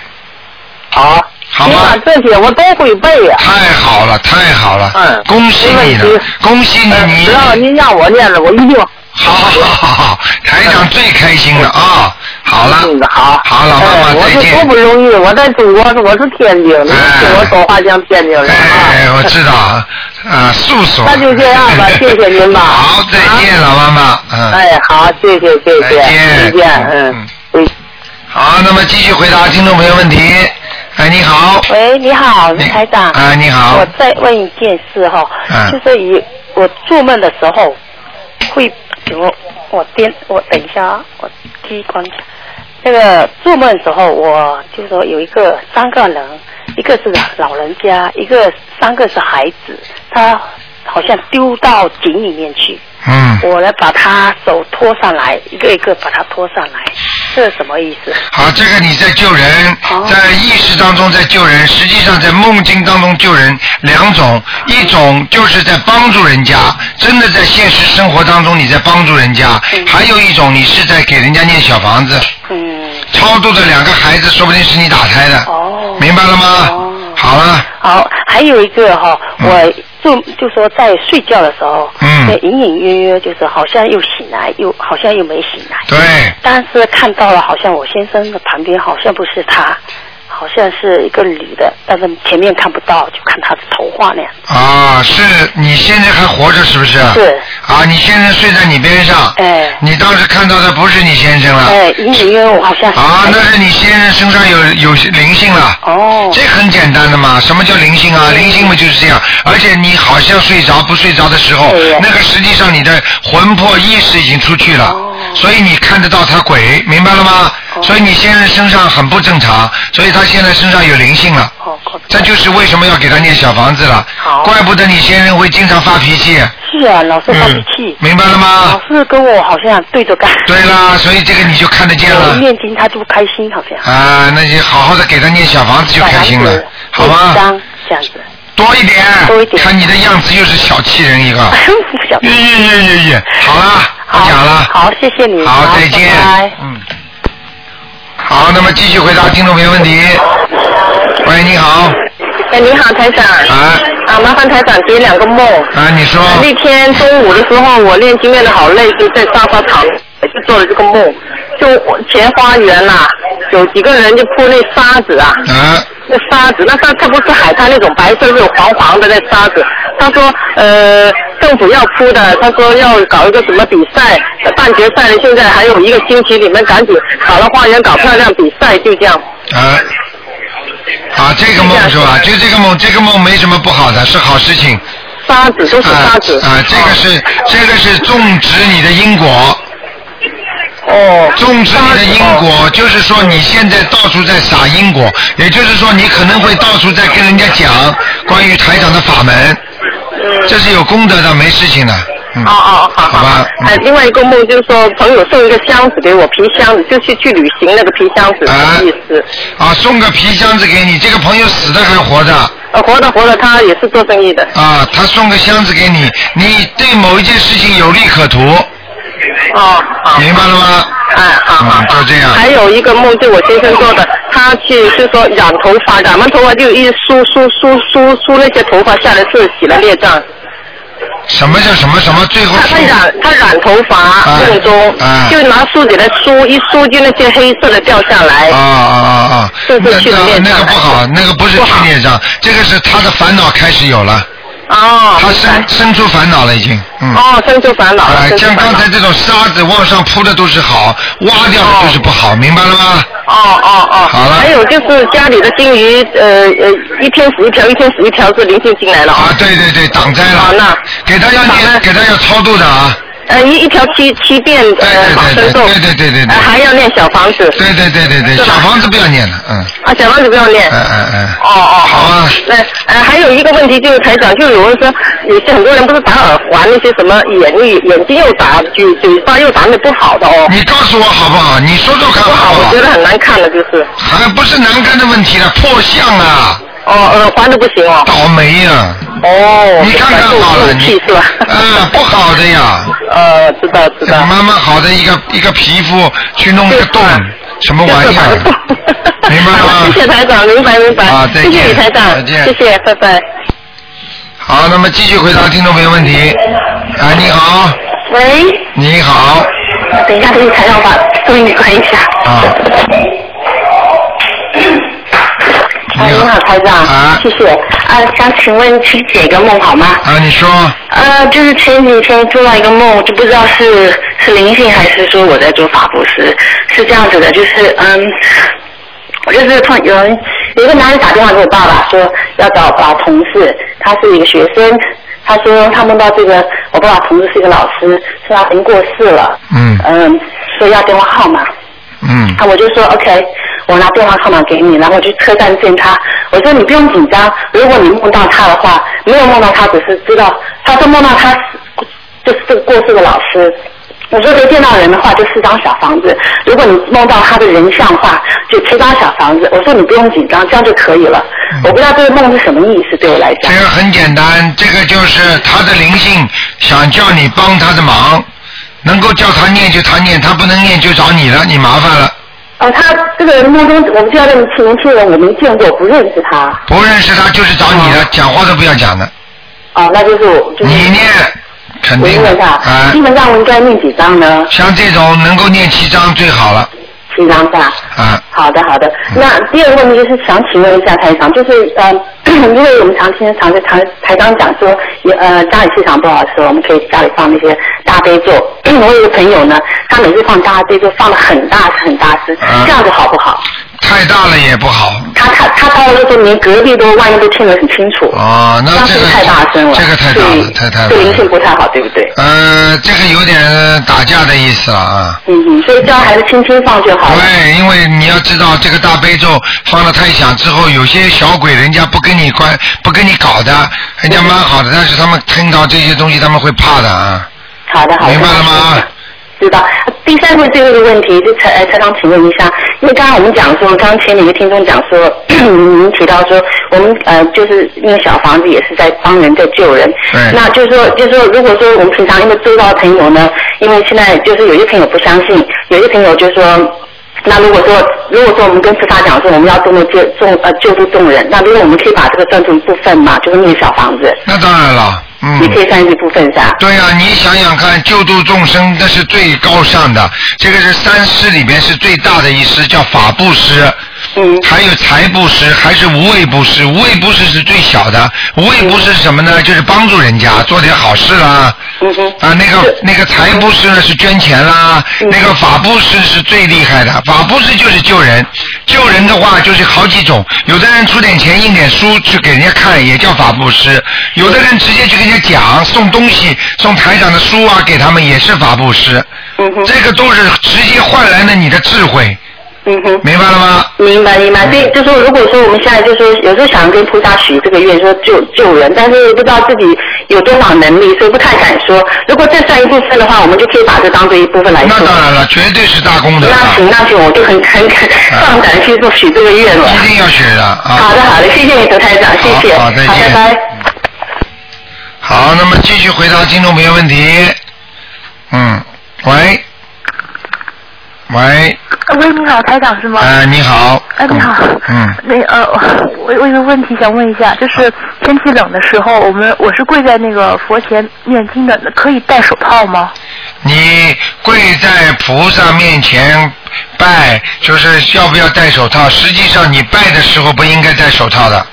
[SPEAKER 3] 好。
[SPEAKER 2] 好啊
[SPEAKER 3] 你
[SPEAKER 2] 吗
[SPEAKER 3] 把？这些我都会背呀、
[SPEAKER 2] 太好了，太好了。
[SPEAKER 3] 嗯
[SPEAKER 2] 恭喜你了
[SPEAKER 3] 没问题，
[SPEAKER 2] 恭喜你，哎你
[SPEAKER 3] 呃只要您让我念了，我一定。
[SPEAKER 2] 好好好好，台长最开心了啊！好了，
[SPEAKER 3] 嗯好，哎
[SPEAKER 2] 好，老妈妈
[SPEAKER 3] 我
[SPEAKER 2] 再
[SPEAKER 3] 是多
[SPEAKER 2] 见。
[SPEAKER 3] 不容易，我在中国是我是天津的，听我说话像天津人啊。
[SPEAKER 2] 哎，我知道，啊，啊，素素。
[SPEAKER 3] 那就这样 吧，谢谢您吧。
[SPEAKER 2] 好，再见，老妈妈，嗯。
[SPEAKER 3] 哎，好，谢谢谢谢，
[SPEAKER 2] 再见
[SPEAKER 3] 再见，嗯。
[SPEAKER 2] 好，那么继续回答听众朋友问题。哎，你好，
[SPEAKER 4] 喂，你
[SPEAKER 3] 呃
[SPEAKER 4] 好，卢台长。
[SPEAKER 2] 啊你好
[SPEAKER 4] 我再问一件事哈、
[SPEAKER 2] 嗯
[SPEAKER 4] 就是以我做梦的时候会，我我颠，我等一下啊，我机关。那个做梦的时候，我就说有一个三个人，一个是老人家，一个三个是孩子，他好像丢到井里面去。
[SPEAKER 2] 嗯，
[SPEAKER 4] 我来把他手拖上来，一个一个把他拖上来，这是什么意思？
[SPEAKER 2] 好，这个你在救人，在意识当中在救人，实际上在梦境当中救人两种，一种就是在帮助人家，真的在现实生活当中你在帮助人家，
[SPEAKER 9] 嗯
[SPEAKER 2] 还有一种你是在给人家念小房子。
[SPEAKER 4] 嗯。
[SPEAKER 2] 超度的两个孩子，说不定是你打胎的。哦。明白了吗？好了。
[SPEAKER 4] 好，还有一个哈、我
[SPEAKER 9] 做就说在睡觉的时候，
[SPEAKER 2] 嗯
[SPEAKER 9] 对，隐隐约约就是好像又醒来，又好像又没醒来。
[SPEAKER 2] 对，
[SPEAKER 9] 但是看到了，好像我先生的旁边好像不是他，好像是一个女的，但是前面看不到，就看她的头发那样。
[SPEAKER 2] 啊，是你现在还活着是不是？
[SPEAKER 9] 是。
[SPEAKER 2] 啊，你先生睡在你边上。
[SPEAKER 9] 哎。
[SPEAKER 2] 你当时看到的不是你先生了。
[SPEAKER 9] 哎，隐隐约约我好像
[SPEAKER 2] 啊，那是你先生身上有有灵性了。
[SPEAKER 9] 哦。嗯
[SPEAKER 2] 这很简单的嘛，什么叫灵性啊？灵性嘛就是这样，而且你好像睡着不睡着的时候，那个实际上你的魂魄意识已经出去了，
[SPEAKER 9] 哦
[SPEAKER 2] 所以你看得到他鬼，明白了吗？所以你先生身上很不正常，所以他现在身上有灵性了。
[SPEAKER 9] 哦
[SPEAKER 2] 这就是为什么要给他念小房子了，怪不得你先生会经常发脾气。嗯
[SPEAKER 9] 是啊，老是发脾气。
[SPEAKER 2] 明白了吗？
[SPEAKER 9] 老是跟我好像对着干。
[SPEAKER 2] 对啦，所以这个你就看得见
[SPEAKER 9] 我
[SPEAKER 2] 了
[SPEAKER 9] 念经他就不开心，好像。
[SPEAKER 2] 啊！那就好好的给他念小房子就开心了，好吧？
[SPEAKER 9] 张这 样子。
[SPEAKER 2] 多一点，多一点。看你的样子就是小气人一个。耶耶耶耶耶！好啦，不讲了。
[SPEAKER 9] 好，谢谢
[SPEAKER 3] 啊
[SPEAKER 9] 你。
[SPEAKER 2] 好，再见。嗯。好，那么继续回答听众朋友问题。喂，你好。
[SPEAKER 3] 哎，你好，台长。
[SPEAKER 2] 啊。
[SPEAKER 3] 啊，麻烦台长解两个梦。
[SPEAKER 2] 啊，你说。
[SPEAKER 3] 那天中午的时候，我练经练的好累，就在沙发躺，就做了这个梦，就我前花园啦、有几个人就铺那沙子啊。
[SPEAKER 2] 啊。
[SPEAKER 3] 那沙子，那它它不是海滩那种白色，是黄黄的那沙子。他说，呃，政府要铺的，他说要搞一个什么比赛，半决赛的，现在还有一个星期，你们赶紧搞了花园，搞漂亮比赛，就这样。
[SPEAKER 2] 啊。啊，这个梦是吧？就这个梦，这个梦没什么不好的，是好事情。
[SPEAKER 3] 沙子都是沙子。
[SPEAKER 2] 啊，这个是这个是种植你的因果。
[SPEAKER 3] 哦。
[SPEAKER 2] 种植你的因果，就是说你现在到处在撒因果，也就是说你可能会到处在跟人家讲关于台长的法门，这是有功德的，没事情的。嗯。哦
[SPEAKER 3] 哦，嗯好
[SPEAKER 2] 好吧。
[SPEAKER 3] 哎，另外一个梦就是说，朋友送一个箱子给我，皮箱子，就是去旅行那个皮箱子的意思。
[SPEAKER 2] 啊，送个皮箱子给你，这个朋友死的还活着？
[SPEAKER 3] 呃，活着活着，他也是做生意的。
[SPEAKER 2] 啊，他送个箱子给你，你对某一件事情有利可图。
[SPEAKER 3] 哦，
[SPEAKER 2] 明白了吗？
[SPEAKER 3] 哎，
[SPEAKER 2] 好好。就嗯这样。
[SPEAKER 3] 还有一个梦，就我先生做的，他去就说染头发，染完头发就一梳梳梳梳梳那些头发下来是洗了孽障。
[SPEAKER 2] 什么叫什么什么？最后
[SPEAKER 3] 他他染他染头发梦中，
[SPEAKER 2] 哎
[SPEAKER 3] 就拿梳子来梳，一梳就那些黑色的掉下来。
[SPEAKER 2] 啊啊啊啊！
[SPEAKER 3] 是不
[SPEAKER 2] 那
[SPEAKER 3] 是去
[SPEAKER 2] 那
[SPEAKER 3] 孽障
[SPEAKER 2] 那个不好，那个不是去孽障，这个是他的烦恼开始有了。
[SPEAKER 3] 哦。
[SPEAKER 2] 他生生出烦恼了已经，嗯。
[SPEAKER 3] 哦，生出烦恼了
[SPEAKER 2] 哎，
[SPEAKER 3] 生出
[SPEAKER 2] 像
[SPEAKER 3] 烦
[SPEAKER 2] 刚才这种沙子往上铺的都是好，挖掉的就是不好，明白了吗？
[SPEAKER 3] 哦还有就是家里的金鱼，呃呃，一天死一条，一天死一条是灵性进来了啊。
[SPEAKER 2] 对对对，挡灾了。
[SPEAKER 3] 好，那
[SPEAKER 2] 给大家念，给大家超度的啊。
[SPEAKER 3] 呃一一条七七遍呃往生咒，呃
[SPEAKER 2] 对对对对对。
[SPEAKER 3] 还要念小房子。
[SPEAKER 2] 对对对对对，小房子不要念了，嗯。
[SPEAKER 3] 啊，小房子不要念。
[SPEAKER 2] 嗯嗯嗯。
[SPEAKER 3] 哦哦，好
[SPEAKER 2] 啊。
[SPEAKER 3] 那呃，还有一个问题就是台长，就有人说，有些很多人不是打耳环那些什么眼力，眼睛又打，嘴嘴巴又打那不好的哦。
[SPEAKER 2] 你告诉我好不好？你说说看好不好？
[SPEAKER 3] 我觉得很难看的，就是。
[SPEAKER 2] 还不是难看的问题了，破相啊。
[SPEAKER 3] 哦，耳环都不行哦。
[SPEAKER 2] 倒霉啊呀、
[SPEAKER 3] 哦。
[SPEAKER 2] 你看看好了，你。 嗯，不好的 呀。
[SPEAKER 3] 呃，知道知
[SPEAKER 2] 道。慢慢好的一个一个皮肤去弄一个洞，什么玩意儿？
[SPEAKER 10] 嗯
[SPEAKER 2] 明白了吗？
[SPEAKER 3] 谢谢台长，明白明白。
[SPEAKER 2] 啊，再
[SPEAKER 3] 谢
[SPEAKER 2] 见。
[SPEAKER 3] 谢你台长，
[SPEAKER 2] 再见。
[SPEAKER 3] 谢谢，拜拜。
[SPEAKER 2] 好，那么继续回答听众朋友问题。啊，你好，
[SPEAKER 8] 喂，
[SPEAKER 2] 你好，
[SPEAKER 8] 等一下，等你台长把收音机关一下。
[SPEAKER 2] 啊。
[SPEAKER 8] 哎，你好，台长。啊。谢谢。啊，想请问去解个梦好吗？
[SPEAKER 2] 啊，你说。
[SPEAKER 8] 呃，就是前几天做到一个梦，我就不知道是是灵性还是说我在做法布施，是这样子的，就是嗯，我就是碰有人有一个男人打电话给我爸爸说要找找同事，他是一个学生，他说他梦到这个我爸爸同事是一个呃老师，说他已经过世了，
[SPEAKER 2] 嗯
[SPEAKER 8] 嗯，说要电话号码，
[SPEAKER 2] 嗯
[SPEAKER 8] 啊，我就说 OK，我拿电话号码给你，然后我去车站见他。我说你不用紧张，如果你梦到他的话，没有梦到他，只是知道他说梦到他死就是这个过世的老师。我说没见到人的话，就四张小房子；如果你梦到他的人像的话，就七张小房子。我说你不用紧张，这样就可以了。我不知道这个梦是什么意思，对我来讲。
[SPEAKER 2] 这个很简单，这个就是他的灵性想叫你帮他的忙，能够叫他念就他念，他不能念就找你了，你麻烦了。
[SPEAKER 8] 哦，他这个人梦中，我们知道这个年轻人，我没见过，不认识他。
[SPEAKER 2] 不认识他就是找你了，讲话都不要讲的。
[SPEAKER 8] 哦，那就是我就是
[SPEAKER 2] 你念，肯
[SPEAKER 8] 我
[SPEAKER 2] 定
[SPEAKER 8] 念
[SPEAKER 2] 的
[SPEAKER 8] 他，
[SPEAKER 2] 啊
[SPEAKER 8] 基。本上我应该念几张呢？
[SPEAKER 2] 像这种能够念七张最好了，
[SPEAKER 8] 七张吧。
[SPEAKER 2] 啊。
[SPEAKER 8] 好的，好的。那第二个问题就是想请问一下台长，就是呃， 因为我们常听常在台台长讲说，也呃家里气场不好的时候，我们可以家里放那些大悲咒。 我有一个朋友呢，他每次放大悲咒放的很大声很大声，
[SPEAKER 2] 嗯
[SPEAKER 8] 这样子好不好？
[SPEAKER 2] 太大了也不好。
[SPEAKER 8] 他他他到了就连隔壁都万一都听得很清楚。
[SPEAKER 2] 哦，那
[SPEAKER 8] 这个太大声了，
[SPEAKER 2] 这个太大了，太太大
[SPEAKER 8] 对灵
[SPEAKER 2] 了。
[SPEAKER 8] 性不太好，对不对？
[SPEAKER 2] 呃，这个有点打架的意思了啊。
[SPEAKER 8] 嗯嗯，所以叫孩子轻轻放就好了。
[SPEAKER 2] 对，因为你要知道，这个大悲咒放的太响之后，有些小鬼人家不跟你关，不跟你搞的，人家蛮好的，但是他们听到这些东西，他们会怕的啊。
[SPEAKER 8] 好的，好的。
[SPEAKER 2] 明白了吗？
[SPEAKER 8] 知道。第三个最后一个问题，就才呃才想请问一下，因为刚刚我们讲说，刚刚前面一个听众讲说， 您提到说，我们呃就是因为小房子也是在帮人在救人，
[SPEAKER 11] 对
[SPEAKER 8] 那就是说就是说，如果说我们平常因为周遭的朋友呢，因为现在就是有些朋友不相信，有些朋友就说那如果说，如果说我们跟菩萨讲说我们要多么救众呃救助众人，那如果我们可以把这个算成部分嘛，就是那个小房子，
[SPEAKER 2] 那当然了，嗯。
[SPEAKER 8] 也可以算是一部分噻。
[SPEAKER 2] 对呀、你想想看，救度众生那是最高尚的，这个是三施里边是最大的一施，叫法布施。
[SPEAKER 8] 嗯。
[SPEAKER 2] 还有财布施，还是无畏布施。无畏布施是最小的，无畏布施是什么呢？就是帮助人家做点好事啦。
[SPEAKER 8] 嗯哼。
[SPEAKER 2] 啊，那个那个财布施呢是捐钱啦，
[SPEAKER 8] 嗯
[SPEAKER 2] 那个法布施是最厉害的。法布施就是救人，救人的话就是好几种，有的人出点钱印点书去给人家看，也叫法布施；有的人直接去跟人家讲，送东西，送台长的书啊给他们，也是法布施。这个都是直接换来了你的智慧。
[SPEAKER 8] 嗯哼，
[SPEAKER 2] 明白了吗？
[SPEAKER 8] 明白明白，
[SPEAKER 2] 嗯
[SPEAKER 8] 所以就说，如果说我们现在就说，有时候想跟菩萨许这个愿，说救救人，但是不知道自己有多少能力，所以不太敢说。如果这算一部分的话，我们就可以把这当做一部分来说。
[SPEAKER 2] 那当然了，绝对是大功德。啊
[SPEAKER 8] 那行那行，我就很很很放胆去做许这个愿了。
[SPEAKER 2] 一定要许的啊！
[SPEAKER 8] 好的好的，谢谢你，德台长，谢谢，
[SPEAKER 2] 好好再见
[SPEAKER 8] 拜拜。
[SPEAKER 2] 好，那么继续回答听众朋友问题。嗯，喂，喂，
[SPEAKER 10] 呃喂，你好，台长是吗？
[SPEAKER 2] 哎，你好，
[SPEAKER 10] 哎，你好，
[SPEAKER 2] 嗯，
[SPEAKER 10] 那呃，我我有个问题想问一下，就是天气冷的时候，我们我是跪在那个佛前念经的，可以戴手套吗？
[SPEAKER 2] 你跪在菩萨面前拜，就是要不要戴手套？实际上你拜的时候不应该戴手套的，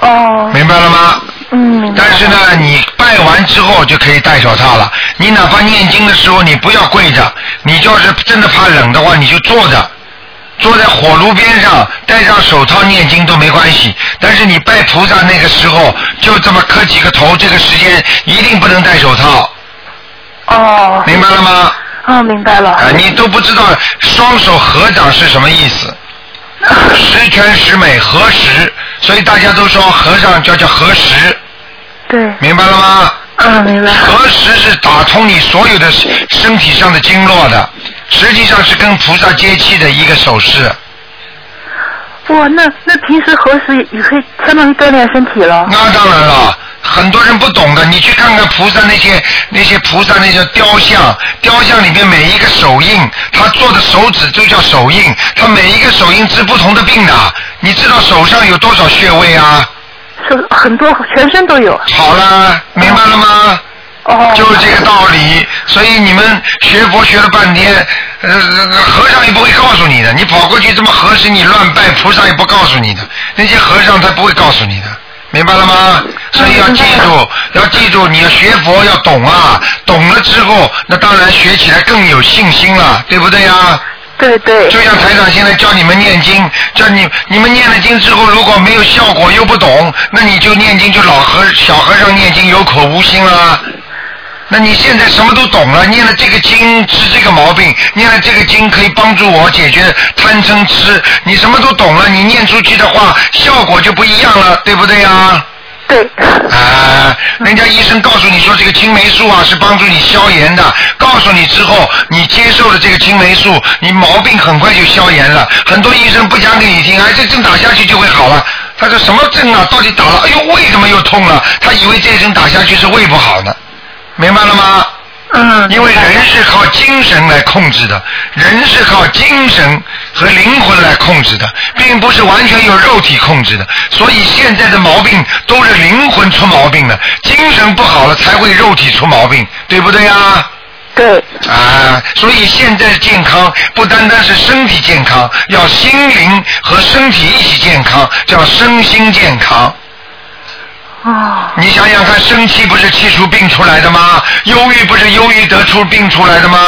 [SPEAKER 10] 哦，
[SPEAKER 2] 明白了吗？
[SPEAKER 10] 嗯，
[SPEAKER 2] 但是呢，你拜完之后就可以戴手套了。你哪怕念经的时候，你不要跪着，你就是真的怕冷的话，你就坐着，坐在火炉边上，戴上手套念经都没关系。但是你拜菩萨那个时候，就这么磕几个头，这个时间一定不能戴手套。
[SPEAKER 10] 哦，
[SPEAKER 2] 明白了吗？
[SPEAKER 10] 哦，明白了。
[SPEAKER 2] 啊，你都不知道双手合掌是什么意思。十全十美，合十，所以大家都说和尚叫叫合十。
[SPEAKER 10] 对。
[SPEAKER 2] 明白了吗？
[SPEAKER 10] 嗯，明白。
[SPEAKER 2] 合十是打通你所有的身身体上的经络的，实际上是跟菩萨接气的一个手势。
[SPEAKER 10] 哇，那那平时合十也可以相当于锻炼身体了。
[SPEAKER 2] 那当然了，很多人不懂的，你去看看菩萨那些那些菩萨那些雕像，雕像里面每一个手印，他做的手指就叫手印，他每一个手印治不同的病的。你知道手上有多少穴位啊？
[SPEAKER 10] 是很多，全身都有。
[SPEAKER 2] 好了，明白了吗？
[SPEAKER 10] 哦。
[SPEAKER 2] 就是这个道理，所以你们学佛学了半天，呃，和尚也不会告诉你的。你跑过去这么合适，你乱拜菩萨也不告诉你的，那些和尚他不会告诉你的，明白了吗？所以要记住，要记住，你要学佛要懂啊，懂了之后，那当然学起来更有信心了，对不对呀、
[SPEAKER 10] 对对。
[SPEAKER 2] 就像台长现在教你们念经，教你你们念了经之后，如果没有效果又不懂，那你就念经就老和小和尚念经有口无心啦。那你现在什么都懂了，念了这个经治这个毛病，念了这个经可以帮助我解决贪嗔痴，你什么都懂了，你念出去的话效果就不一样了，对不对啊？
[SPEAKER 10] 对。
[SPEAKER 2] 啊，人家医生告诉你说这个青霉素啊是帮助你消炎的，告诉你之后，你接受了这个青霉素，你毛病很快就消炎了。很多医生不讲给你听，哎，这针打下去就会好了。他说什么针啊？到底打了？哎呦，胃怎么又痛了？他以为这针打下去是胃不好呢，明白了吗？嗯。因为人是靠精神来控制的，人是靠精神和灵魂来控制的，并不是完全由肉体控制的。所以现在的毛病都是灵魂出毛病了，精神不好了才会肉体出毛病，对不对呀、
[SPEAKER 10] 对。
[SPEAKER 2] 啊，所以现在的健康不单单是身体健康，要心灵和身体一起健康，叫身心健康。
[SPEAKER 10] 啊。
[SPEAKER 2] 你想想看，生气不是气出病出来的吗？忧郁不是忧郁得出病出来的吗？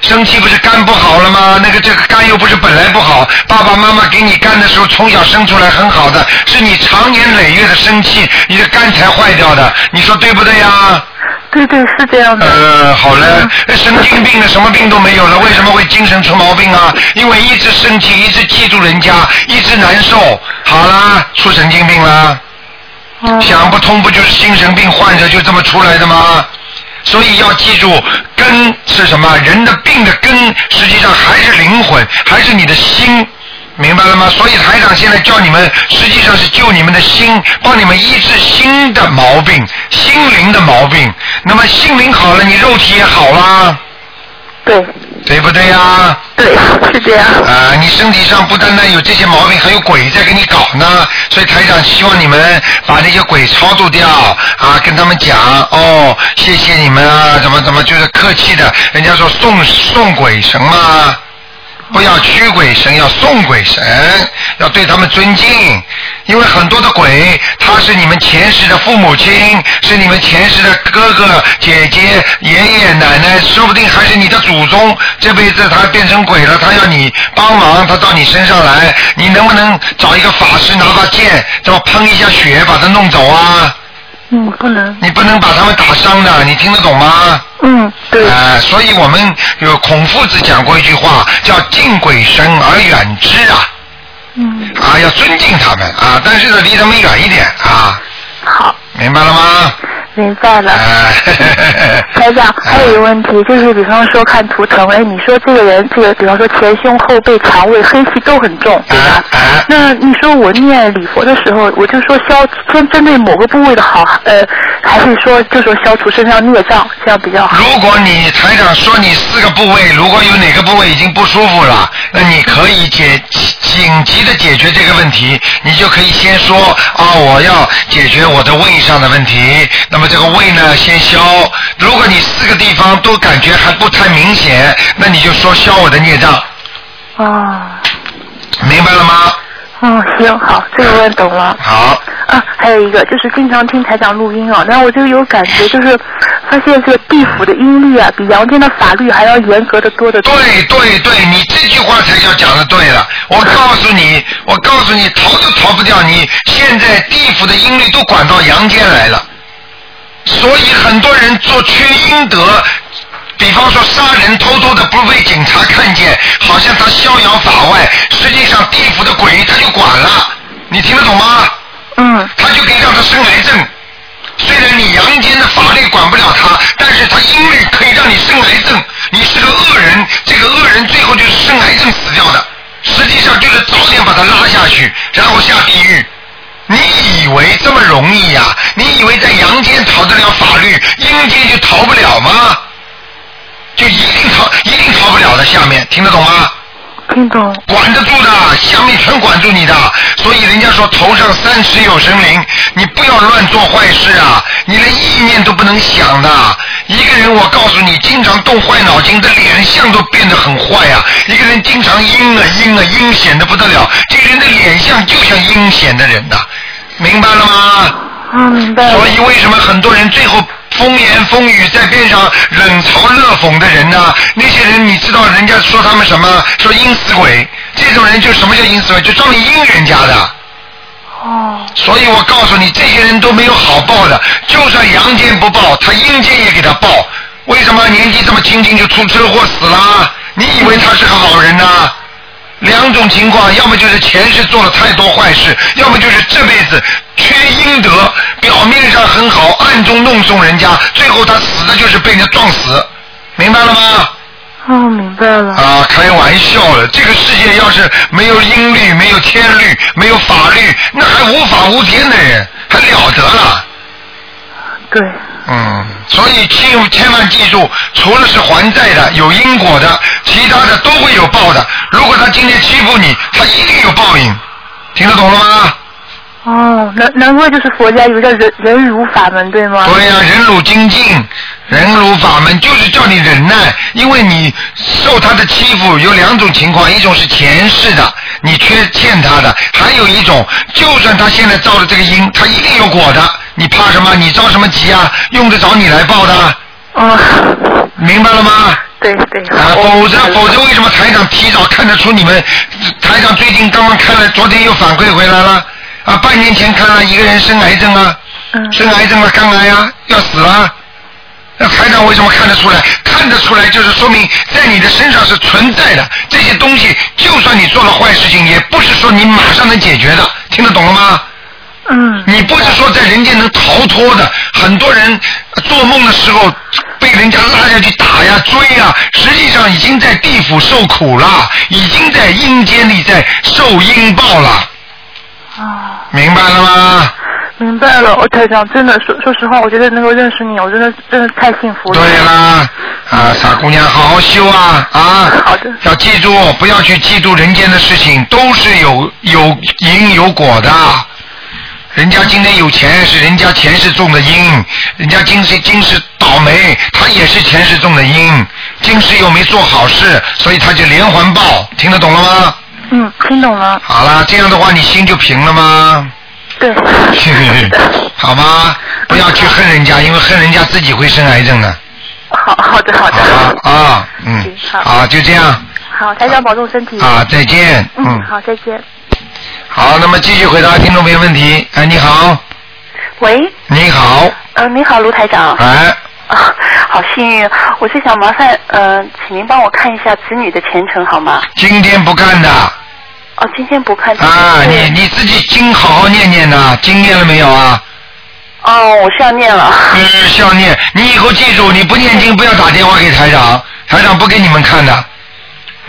[SPEAKER 2] 生气不是肝不好了吗？那个这个肝又不是本来不好，爸爸妈妈给你肝的时候从小生出来很好的，是你常年累月的生气，你的肝才坏掉的，你说对不对呀、
[SPEAKER 10] 对对，是这样的。
[SPEAKER 2] 呃，好了，神经病了，什么病都没有了，为什么会精神出毛病啊？因为一直生气，一直记住人家，一直难受，好啦，出神经病啦。想不通，不就是精神病患者就这么出来的吗？所以要记住，根是什么？人的病的根实际上还是灵魂，还是你的心，明白了吗？所以台长现在叫你们，实际上是救你们的心，帮你们医治心的毛病，心灵的毛病。那么心灵好了，你肉体也好啦。
[SPEAKER 10] 对。
[SPEAKER 2] 对不对呀、
[SPEAKER 10] 对，是这样。
[SPEAKER 2] 啊、你身体上不单单有这些毛病，还有鬼在给你搞呢。所以台长希望你们把那些鬼超度掉啊，跟他们讲哦，谢谢你们啊，怎么怎么就是客气的，人家说送送鬼神嘛。不要驱鬼神，要送鬼神，要对他们尊敬，因为很多的鬼，他是你们前世的父母亲，是你们前世的哥哥、姐姐、爷爷、奶奶，说不定还是你的祖宗。这辈子他变成鬼了，他要你帮忙，他到你身上来，你能不能找一个法师拿把剑，这么喷一下血把他弄走啊？
[SPEAKER 10] 嗯，不能。
[SPEAKER 2] 你不能把他们打伤的，你听得懂吗？
[SPEAKER 10] 嗯，对。
[SPEAKER 2] 啊、所以我们有孔夫子讲过一句话，叫敬鬼神而远之啊。
[SPEAKER 10] 嗯。
[SPEAKER 2] 啊，要尊敬他们啊，但是呢，离他们远一点啊。
[SPEAKER 10] 好。
[SPEAKER 2] 明白了吗？啊
[SPEAKER 10] 明白了。 台长，还有一个问题，就是比方说看图腾，哎，你说这个人，这个比方说前胸、后背、肠胃、黑气都很重，对
[SPEAKER 2] 啊
[SPEAKER 10] 吧？那你说我念礼佛的时候，我就说消，先针对某个部位的好，呃，还是说就说消除身上孽障，这样比较好？
[SPEAKER 2] 如果你台长说你四个部位，如果有哪个部位已经不舒服了，那你可以解紧急的解决这个问题，你就可以先说啊，我要解决我的胃上的问题，那么这个胃呢先消。如果你四个地方都感觉还不太明显，那你就说消我的孽障，
[SPEAKER 10] 啊，
[SPEAKER 2] 明白了吗？
[SPEAKER 10] 哦，行，好，这个我也懂了。
[SPEAKER 2] 好。
[SPEAKER 10] 啊，还有一个就是经常听台长录音啊，然后我就有感 觉，就是发现这个地府的音律啊，比阳间的法律还要严格的多得多。
[SPEAKER 2] 对对对，你这句话才叫讲的对了。我告诉你，我告诉你，逃都逃不掉。你现在地府的音律都管到阳间来了，所以很多人做缺阴德，比方说杀人偷偷的不被警察看见，好像他逍遥法外，实际上地府的鬼他就管了。你听得懂吗？
[SPEAKER 10] 嗯。
[SPEAKER 2] 他就可以让他生癌症。虽然你阳间的法律管不了他，但是他因律可以让你生癌症。你是个恶人，这个恶人最后就是生癌症死掉的。实际上就是早点把他拉下去，然后下地狱。你以为这么容易呀、你以为在阳间逃得了法律，阴间就逃不了吗？就一定逃，一定逃不了的。下面听得懂吗？
[SPEAKER 10] 听懂。
[SPEAKER 2] 管得住的，下面全管住你的。所以人家说头上三尺有神灵，你不要乱做坏事啊！你连意念都不能想的。一个人，我告诉你，经常动坏脑筋的脸相都变得很坏啊！一个人经常阴啊阴啊阴险的不得了，这个人的脸相就像阴险的人呐、明白了吗？
[SPEAKER 10] 啊，明白
[SPEAKER 2] 所以为什么很多人最后风言风语在边上冷嘲热讽的人呢、那些人你知道人家说他们什么？说阴死鬼，这种人就什么叫阴死鬼？就专门阴人家的。
[SPEAKER 10] 哦。
[SPEAKER 2] 所以我告诉你，这些人都没有好报的，就算阳间不报，他阴间也给他报。为什么年纪这么轻轻就出车祸死了？你以为他是个好人呐、两种情况，要么就是前世做了太多坏事，要么就是这辈子缺阴德，表面上很好，暗中弄送人家，最后他死的就是被人家撞死，明白了吗？
[SPEAKER 10] 哦，明白了。
[SPEAKER 2] 啊，开玩笑了，这个世界要是没有阴律、没有天律、没有法律，那还无法无天的人还了得了？
[SPEAKER 10] 对，
[SPEAKER 2] 嗯，所以记住，千万记住，除了是还债的有因果的，其他的都会有报的。如果他今天欺负你，他一定有报应。听得懂了吗？
[SPEAKER 10] 哦，难难怪就是佛家有一个忍忍辱法门，对吗？
[SPEAKER 2] 对呀、忍辱精进，忍辱法门就是叫你忍耐，因为你受他的欺负有两种情况，一种是前世的，你缺欠他的；还有一种，就算他现在造了这个因，他一定有果的。你怕什么？你着什么急啊？用得着你来报的？
[SPEAKER 10] 哦，
[SPEAKER 2] 明白了吗？
[SPEAKER 10] 对对。
[SPEAKER 2] 啊，否则否则为什么台长提早看得出你们？台长最近刚刚看了，昨天又反馈回来了。啊，半年前看了一个人生癌症啊，生癌症了，肝癌啊，要死了。那台长为什么看得出来？看得出来就是说明在你的身上是存在的这些东西，就算你做了坏事情，也不是说你马上能解决的，听得懂了吗？
[SPEAKER 10] 嗯。
[SPEAKER 2] 你不是说在人间能逃脱的，很多人呃做梦的时候被人家拉下去打呀、追呀，实际上已经在地府受苦了，已经在阴间里在受阴报了。啊。明白了吗？
[SPEAKER 10] 明白了，哦我台长真的说说实话，我觉得能够认识你，我真的真的太幸福了。
[SPEAKER 2] 对啦，啊，傻姑娘，好好修啊啊！好的。要记住，不要去嫉妒人间的事情，都是有有因有果的。人家今天有钱是人家前世种的因，人家今世今世倒霉，他也是前世种的因，今世又没做好事，所以他就连环报，听得懂了吗？
[SPEAKER 10] 嗯，听懂了。
[SPEAKER 2] 好啦，这样的话你心就平了 吗？
[SPEAKER 10] 对。
[SPEAKER 2] 好吗？不要去恨人家，因为恨人家自己会生癌症的。
[SPEAKER 10] 好好的好的。
[SPEAKER 2] 啊，嗯，
[SPEAKER 10] 好
[SPEAKER 2] 好，就这样
[SPEAKER 10] 好，台长保重身体。
[SPEAKER 2] 啊，再见，
[SPEAKER 10] 嗯，
[SPEAKER 2] 嗯，
[SPEAKER 10] 好，再见。
[SPEAKER 2] 好，那么继续回答听众朋友问题。哎，你好，
[SPEAKER 12] 喂，
[SPEAKER 2] 你好，
[SPEAKER 12] 呃，你好，卢台长。
[SPEAKER 2] 哎，
[SPEAKER 12] 啊， 好幸运！我是想麻烦，呃，请您帮我看一下子女的前程好吗？
[SPEAKER 2] 今天不看的
[SPEAKER 12] 哦，今天不看。
[SPEAKER 2] 啊，
[SPEAKER 10] 嗯
[SPEAKER 2] 你你自己经好好念念呐，经念了没有啊？
[SPEAKER 12] 哦，我是要念了。
[SPEAKER 2] 嗯，是要念。你以后记住，你不念经不要打电话给台长，台长不给你们看的，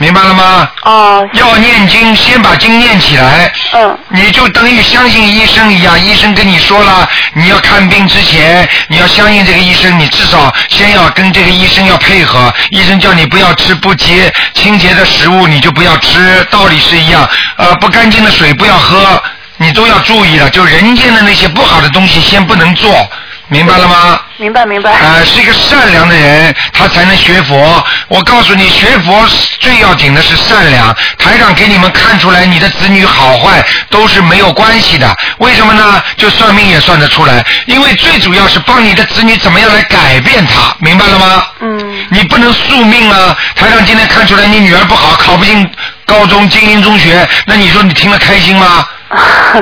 [SPEAKER 2] 明白了吗？
[SPEAKER 12] 哦。
[SPEAKER 2] 要念经，先把经念起来。
[SPEAKER 12] 嗯。
[SPEAKER 2] 你就等于相信医生一样，医生跟你说了，你要看病之前，你要相信这个医生，你至少先要跟这个医生要配合。医生叫你不要吃不洁清洁的食物，你就不要吃，道理是一样。呃，不干净的水不要喝，你都要注意的。就人间的那些不好的东西，先不能做。明白了吗？
[SPEAKER 12] 明白明白。
[SPEAKER 2] 啊、是一个善良的人，他才能学佛。我告诉你，学佛是最要紧的是善良。台长给你们看出来，你的子女好坏都是没有关系的。为什么呢？就算命也算得出来，因为最主要是帮你的子女怎么样来改变他，明白了吗？
[SPEAKER 12] 嗯。
[SPEAKER 2] 你不能宿命啊！台长今天看出来你女儿不好，考不进高中、精英中学，那你说你听了开心吗？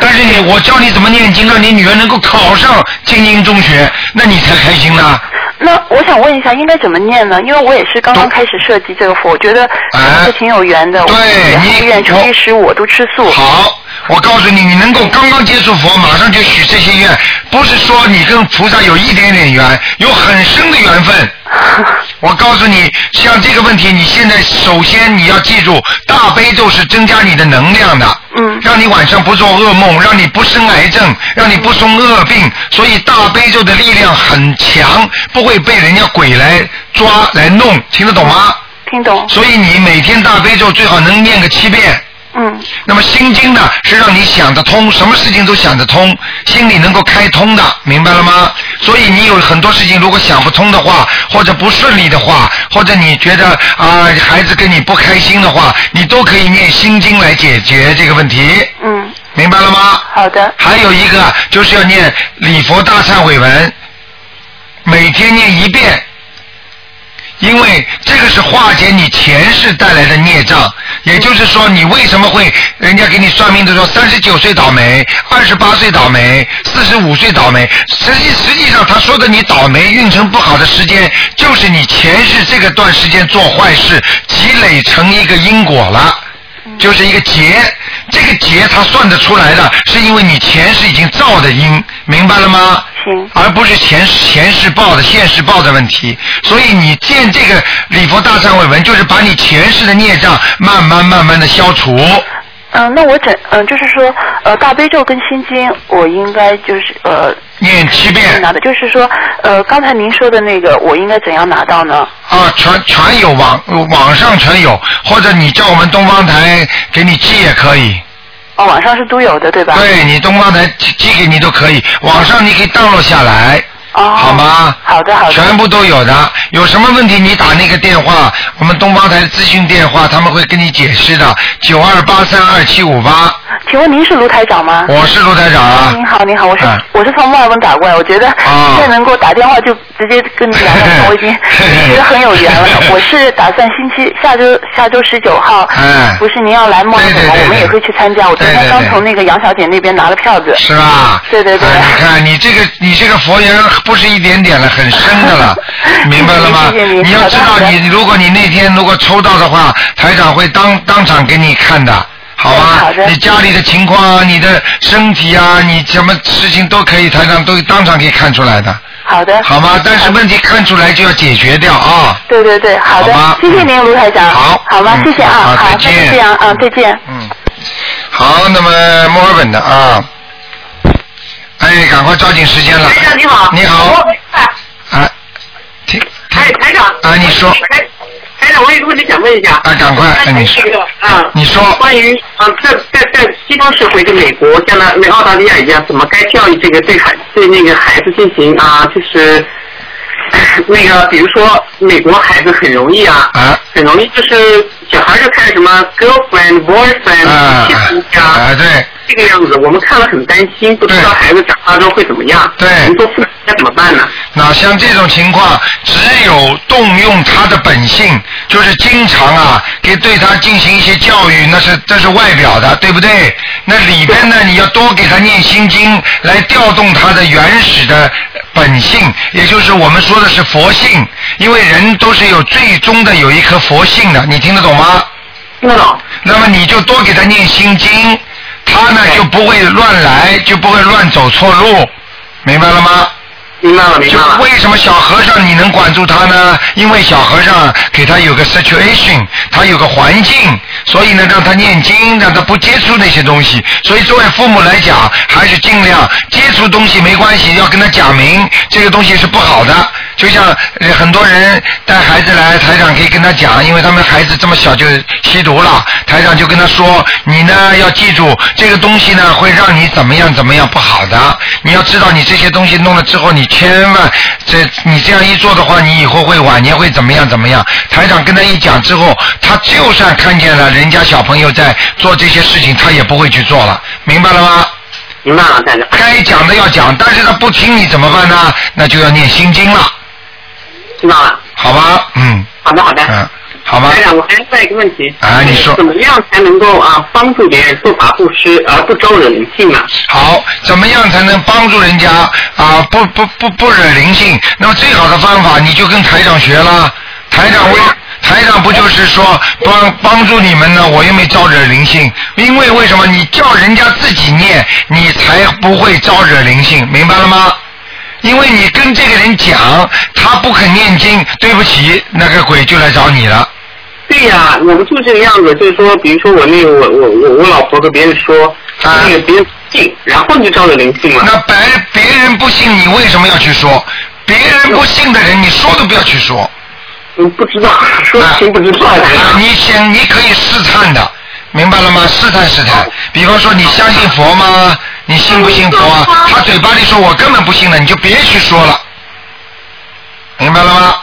[SPEAKER 2] 但是你，我教你怎么念经，让你女儿能够考上精英中学，那你才开心呢。
[SPEAKER 12] 那我想问一下，应该怎么念呢？因为我也是刚刚开始设计这个佛，我觉得是挺有缘的。对，你愿初一十五都吃素。
[SPEAKER 2] 好，我告诉你，你能够刚刚接触佛，马上就许这些愿，不是说你跟菩萨有一点点缘，有很深的缘分。我告诉你，像这个问题，你现在首先你要记住，大悲咒是增加你的能量的，嗯，让你晚上不做噩梦，让你不生癌症，让你不生恶病，所以大悲咒的力量很强，不会被人家鬼来抓来弄，听得懂吗？
[SPEAKER 12] 听懂。
[SPEAKER 2] 所以你每天大悲咒最好能念个七遍。
[SPEAKER 12] 嗯。
[SPEAKER 2] 那么心经呢，是让你想得通，什么事情都想得通，心里能够开通的，明白了吗？所以你有很多事情如果想不通的话，或者不顺利的话，或者你觉得啊、孩子跟你不开心的话，你都可以念心经来解决这个问题。
[SPEAKER 12] 嗯。
[SPEAKER 2] 明白了吗？
[SPEAKER 12] 好的。
[SPEAKER 2] 还有一个就是要念礼佛大忏悔文，每天念一遍。因为这个是化解你前世带来的孽障，也就是说，你为什么会人家给你算命的说三十九岁倒霉、二十八岁倒霉、四十五岁倒霉，实际实际上他说的你倒霉运程不好的时间，就是你前世这个段时间做坏事积累成一个因果了。
[SPEAKER 12] 嗯
[SPEAKER 2] 就是一个劫，这个劫它算得出来的，是因为你前世已经造的因，明白了吗？
[SPEAKER 12] 行。
[SPEAKER 2] 而不是前世前世报的、现世报的问题。所以你见这个礼佛大忏悔文，就是把你前世的孽障慢慢慢慢的消除。
[SPEAKER 12] 嗯、那我整嗯、就是说呃大悲咒跟心经，我应该就是呃
[SPEAKER 2] 念七遍
[SPEAKER 3] 拿的，就是说，呃，刚才您说的那个，我应该怎样拿到呢？
[SPEAKER 2] 啊，全全有网网上全有，或者你叫我们东方台给你寄也可以。
[SPEAKER 3] 哦，网上是都有的，对吧？
[SPEAKER 2] 对你东方台寄寄给你都可以，网上你可以 download 下来。
[SPEAKER 3] 哦，
[SPEAKER 2] 好吗？
[SPEAKER 3] 好的，好的。
[SPEAKER 2] 全部都有的，有什么问题你打那个电话，我们东方台咨询电话，他们会跟你解释的。九二八三二七五八，
[SPEAKER 3] 请问您是卢台长吗？
[SPEAKER 2] 我是卢台长啊。
[SPEAKER 3] 您好，您好，我是、
[SPEAKER 2] 嗯
[SPEAKER 3] 我是从墨尔本打过来，我觉得现在能够打电话就直接跟你聊聊，我已经觉得很有缘了。我是打算星期下周下周十九号，
[SPEAKER 2] 嗯
[SPEAKER 3] 不是您要来墨尔本吗？我们也会去参加。我昨天刚从那个杨小姐那边拿了票子。
[SPEAKER 2] 是吧？哎
[SPEAKER 3] 对对对。
[SPEAKER 2] 你看你这个你这个佛缘不是一点点了，很深的 了，明白了吗？
[SPEAKER 3] 谢谢您
[SPEAKER 2] 你要知
[SPEAKER 3] 好
[SPEAKER 2] 道
[SPEAKER 3] 的好的
[SPEAKER 2] 你，如果你那天如果抽到的话，台长会当当场给你看的。好
[SPEAKER 3] 嗯
[SPEAKER 2] 吧，你家里的情况啊，你的身体啊，你什么事情都可以，台长都当场可以看出来的，
[SPEAKER 3] 好的。
[SPEAKER 2] 好吗？但是问题看出来就要解决掉啊。
[SPEAKER 3] 对对对，好的，谢谢您，卢台长。好，好
[SPEAKER 2] 嗯
[SPEAKER 3] 吧，谢谢啊，好，那就这样啊，再见。
[SPEAKER 2] 好，那么墨尔本的啊，哎，赶快抓紧时间了。
[SPEAKER 8] 台长你好，
[SPEAKER 2] 你好，
[SPEAKER 8] 我
[SPEAKER 2] 啊，听，
[SPEAKER 8] 哎，台长，
[SPEAKER 2] 啊，你说，
[SPEAKER 8] 台台哎长，我有个问题想问一下。
[SPEAKER 2] 啊，赶快，哎，你说，
[SPEAKER 8] 啊，
[SPEAKER 2] 你说
[SPEAKER 8] 关于啊，在在在西方社会跟美国、加拿美澳大利亚一样，怎么该教育这个对孩对那个孩子进行啊，就是 那个，比如说美国孩子很容易啊，很容易就是小孩就看什么 girlfriend、boyfriend、啊、
[SPEAKER 2] 啊，对，
[SPEAKER 8] 这个样子，我们看了很担心，不知道孩子长大之后会怎么样。
[SPEAKER 2] 对，
[SPEAKER 8] 我们做父母该怎么办呢？
[SPEAKER 2] 那像这种情况，只有动用他的本性，就是经常啊，给对他进行一些教育，那是这是外表的，对不对？那里边呢，你要多给他念心经，来调动他的原始的本性，也就是我们说的是佛性，因为人都是有最终的有一颗佛性的，你听得懂吗？
[SPEAKER 8] 听得懂。
[SPEAKER 2] 那么你就多给他念心经，他呢就不会乱来，就不会乱走错路，明白了吗？
[SPEAKER 8] 明白了，明白了
[SPEAKER 2] 就为什么小和尚你能管住他呢？因为小和尚给他有个 situation，他有个环境，所以呢让他念经，让他不接触那些东西。所以作为父母来讲，还是尽量接触东西没关系，要跟他讲明这个东西是不好的。就像呃很多人带孩子来，台长可以跟他讲，因为他们孩子这么小就吸毒了，台长就跟他说，你呢要记住这个东西呢会让你怎么样怎么样不好的，你要知道你这些东西弄了之后，你千万这你这样一做的话，你以后会晚年会怎么样怎么样。台长跟他一讲之后，他就算看见了人家小朋友在做这些事情，他也不会去做了，明白了吗？
[SPEAKER 8] 明白了，台长。
[SPEAKER 2] 该讲的要讲，但是他不听你怎么办呢？那就要念心经了，
[SPEAKER 8] 知道了。
[SPEAKER 2] 好吧？嗯，
[SPEAKER 8] 好的，好的。
[SPEAKER 2] 嗯，好吧。
[SPEAKER 8] 台长，我还问一个问题。
[SPEAKER 2] 啊你说
[SPEAKER 8] 怎么样才能够啊帮助别人做法布施而不招惹灵
[SPEAKER 13] 啊
[SPEAKER 8] 性呢？
[SPEAKER 2] 好，怎么样才能帮助人家啊？不不不不惹灵性。那么最好的方法，你就跟台长学啦。台长为台长不就是说帮帮助你们呢？我又没招惹灵性，因为为什么？你叫人家自己念，你才不会招惹灵性，明白了吗？因为你跟这个人讲，他不肯念经，对不起，那个鬼就来找你了。
[SPEAKER 8] 对呀、我们就是这个样子，就是说，比如说我那个我我我我老婆跟别人说，那个别人不信，然后你就招惹灵性了。
[SPEAKER 2] 那别人别人不信，你为什么要去说？别人不信的人，你说都不要去说。
[SPEAKER 8] 嗯，不 知道，说听不知道。
[SPEAKER 2] 啊，你先，你可以试探的，明白了吗？试探试探。比方说，你相信佛吗？你信不信佛啊？他嘴巴里说我根本不信了，你就别去说了，明白了吗？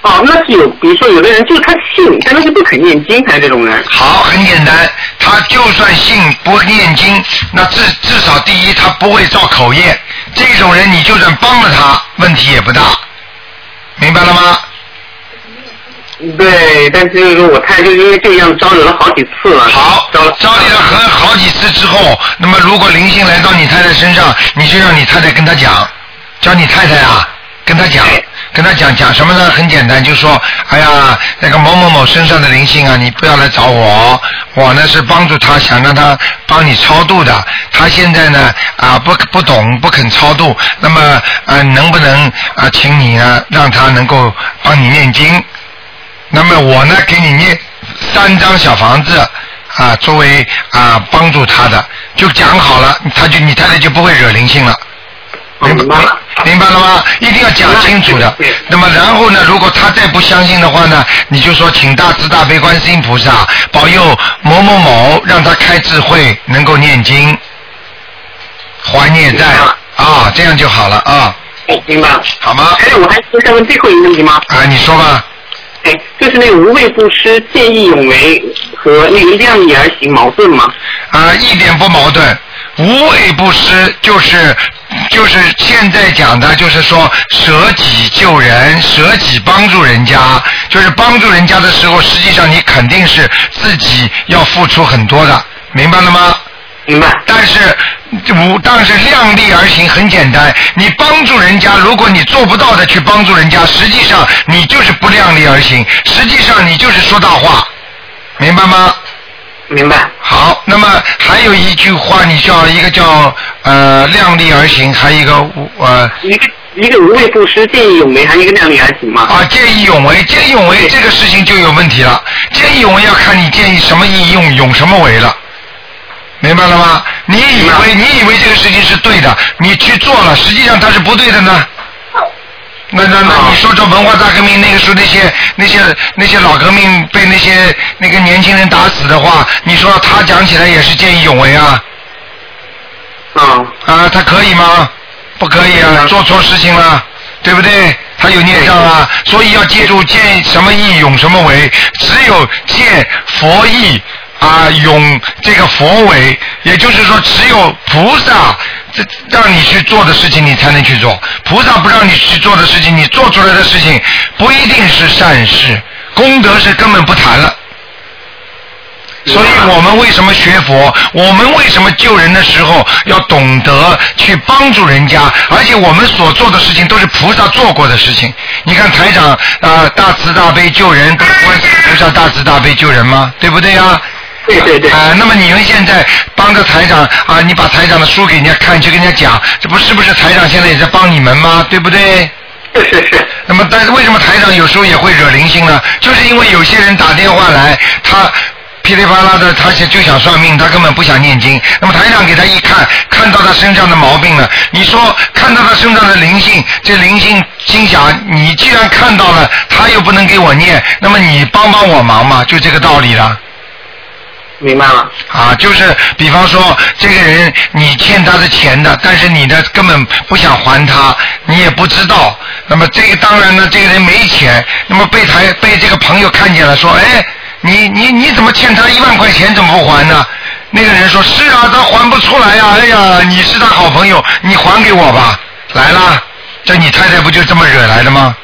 [SPEAKER 8] 哦，那是有，比如说有的人就是他信，但他是不肯念经，还是这种人。
[SPEAKER 2] 好，很简单，他就算信不念经，那至至少第一他不会造口业，这种人你就算帮了他，问题也不大，明白了吗？
[SPEAKER 8] 对，但是就是说我太就是因为这个样子招惹了好几次了。
[SPEAKER 2] 好，
[SPEAKER 8] 招了
[SPEAKER 2] 招惹了很好几次之后，那么如果灵性来到你太太身上，你就让你太太跟他讲，叫你太太啊，跟他讲，跟他讲讲什么呢？很简单，就说，哎呀，那个某某某身上的灵性啊，你不要来找我，我呢是帮助他，想让他帮你超度的，他现在呢啊不不懂不肯超度，那么啊、呃能不能啊、请你呢让他能够帮你念经？那么我呢，给你念三张小房子啊，作为啊帮助他的，就讲好了，他就你太太就不会惹灵性了，明白吗？明白了吗？一定要讲清楚的。那么然后呢，如果他再不相信的话呢，你就说请大慈大悲观世音菩萨保佑某某某，让他开智慧，能够念经，还孽债啊，这样就好了啊。
[SPEAKER 13] 哎明白了，
[SPEAKER 2] 好吗？
[SPEAKER 13] 还有，我还是想问最后一个问题吗？
[SPEAKER 2] 啊，你说吧。
[SPEAKER 13] 哎，就是那个无畏不施、见义勇为和那个量力而行矛盾吗？
[SPEAKER 2] 啊，一点不矛盾。无畏不施就是就是现在讲的，就是说舍己救人，舍己帮助人家，就是帮助人家的时候，实际上你肯定是自己要付出很多的，明白了吗？
[SPEAKER 13] 明白。
[SPEAKER 2] 但是无，但是量力而行很简单。你帮助人家，如果你做不到的去帮助人家，实际上你就是不量力而行，实际上你就是说大话，明白吗？
[SPEAKER 13] 明白。
[SPEAKER 2] 好，那么还有一句话，你叫一个叫呃量力而行，还有一个呃
[SPEAKER 13] 一个一个无畏不施、见义勇为，还有一个量力而行嘛。
[SPEAKER 2] 啊，见义勇为，见义勇为这个事情就有问题了。见义勇为要看你见义什么义用，勇什么为了。明白了吗？你以为你以为这个事情是对的，你去做了，实际上它是不对的呢。那那那，你说这文化大革命那个时候那些那些那些老革命被那些那个年轻人打死的话，你说他讲起来也是见义勇为啊？
[SPEAKER 13] 嗯。
[SPEAKER 2] 啊，他可以吗？不可以啊，做错事情了，对不对？他有孽障啊，所以要记住见什么义，勇什么为，只有见佛义。啊，用这个佛为，也就是说，只有菩萨这让你去做的事情，你才能去做。菩萨不让你去做的事情，你做出来的事情不一定是善事，功德是根本不谈了。所以我们为什么学佛？我们为什么救人的时候要懂得去帮助人家？而且我们所做的事情都是菩萨做过的事情。你看台长啊、呃，大慈大悲救人，不是观世音菩萨大慈大悲救人吗？对不对呀、
[SPEAKER 13] 对对对。
[SPEAKER 2] 啊、那么你们现在帮着台长啊，你把台长的书给人家看，去跟人家讲，这不是不是台长现在也在帮你们吗？对不对？
[SPEAKER 13] 是是是。
[SPEAKER 2] 那么，但是为什么台长有时候也会惹灵性呢？就是因为有些人打电话来，他噼里啪啦的，他想就想算命，他根本不想念经。那么台长给他一看，看到他身上的毛病了。你说看到他身上的灵性，这灵性心想：你既然看到了，他又不能给我念，那么你帮帮我忙嘛，就这个道理了。
[SPEAKER 13] 明白了。
[SPEAKER 2] 啊，就是比方说，这个人你欠他的钱的，但是你呢根本不想还他，你也不知道。那么这个当然呢，这个人没钱，那么被台被这个朋友看见了，说，哎，你你你怎么欠他一万块钱怎么不还呢？那个人说是啊，他还不出来呀、哎呀，你是他好朋友，你还给我吧。来啦，这你太太不就这么惹来的吗？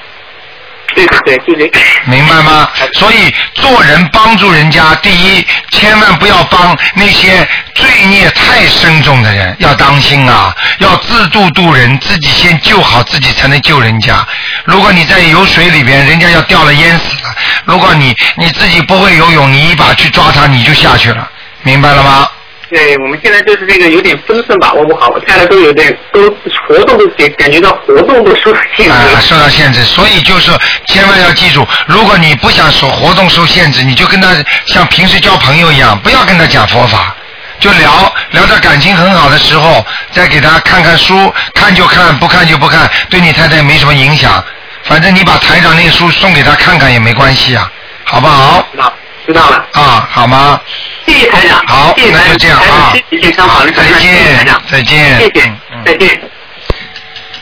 [SPEAKER 13] 对对对对对。
[SPEAKER 2] 明白吗？所以做人帮助人家，第一千万不要帮那些罪孽太深重的人，要当心啊！要自度度人，自己先救好自己，才能救人家。如果你在游水里边，人家要掉了淹死了；如果你你自己不会游泳，你一把去抓他，你就下去了，明白了吗？
[SPEAKER 13] 对，我们现在就是这个有点分寸把握不好，我太太都有点都活动都感感觉到活动都受限制了。
[SPEAKER 2] 啊，受到限制，所以就是千万要记住，如果你不想受活动受限制，你就跟他像平时交朋友一样，不要跟他讲佛法，就聊聊到感情很好的时候，再给他看看书，看就看，不看就不看，对你太太没什么影响。反正你把台长那个书送给他看看也没关系啊，好不好？
[SPEAKER 13] 知道知道了。
[SPEAKER 2] 啊，好吗？
[SPEAKER 13] 谢谢台长，
[SPEAKER 2] 好
[SPEAKER 13] 谢谢台
[SPEAKER 2] 那
[SPEAKER 13] 长，
[SPEAKER 2] 就这样啊
[SPEAKER 13] 台长身体健康，好的，
[SPEAKER 2] 再见
[SPEAKER 13] 谢谢台长，
[SPEAKER 2] 再见
[SPEAKER 13] 谢谢
[SPEAKER 2] 嗯，
[SPEAKER 13] 再见。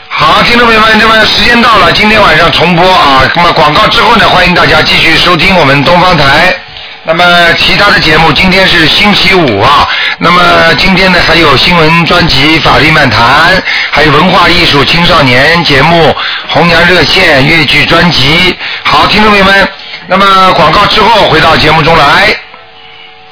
[SPEAKER 2] 好，听众朋友们，那么时间到了，今天晚上重播啊。那么广告之后呢，欢迎大家继续收听我们东方台。那么其他的节目，今天是星期五啊。那么今天呢，还有新闻专辑《法律漫谈》，还有文化艺术青少年节目《红娘热线》粤剧专辑。好，听众朋友们，那么广告之后回到节目中来。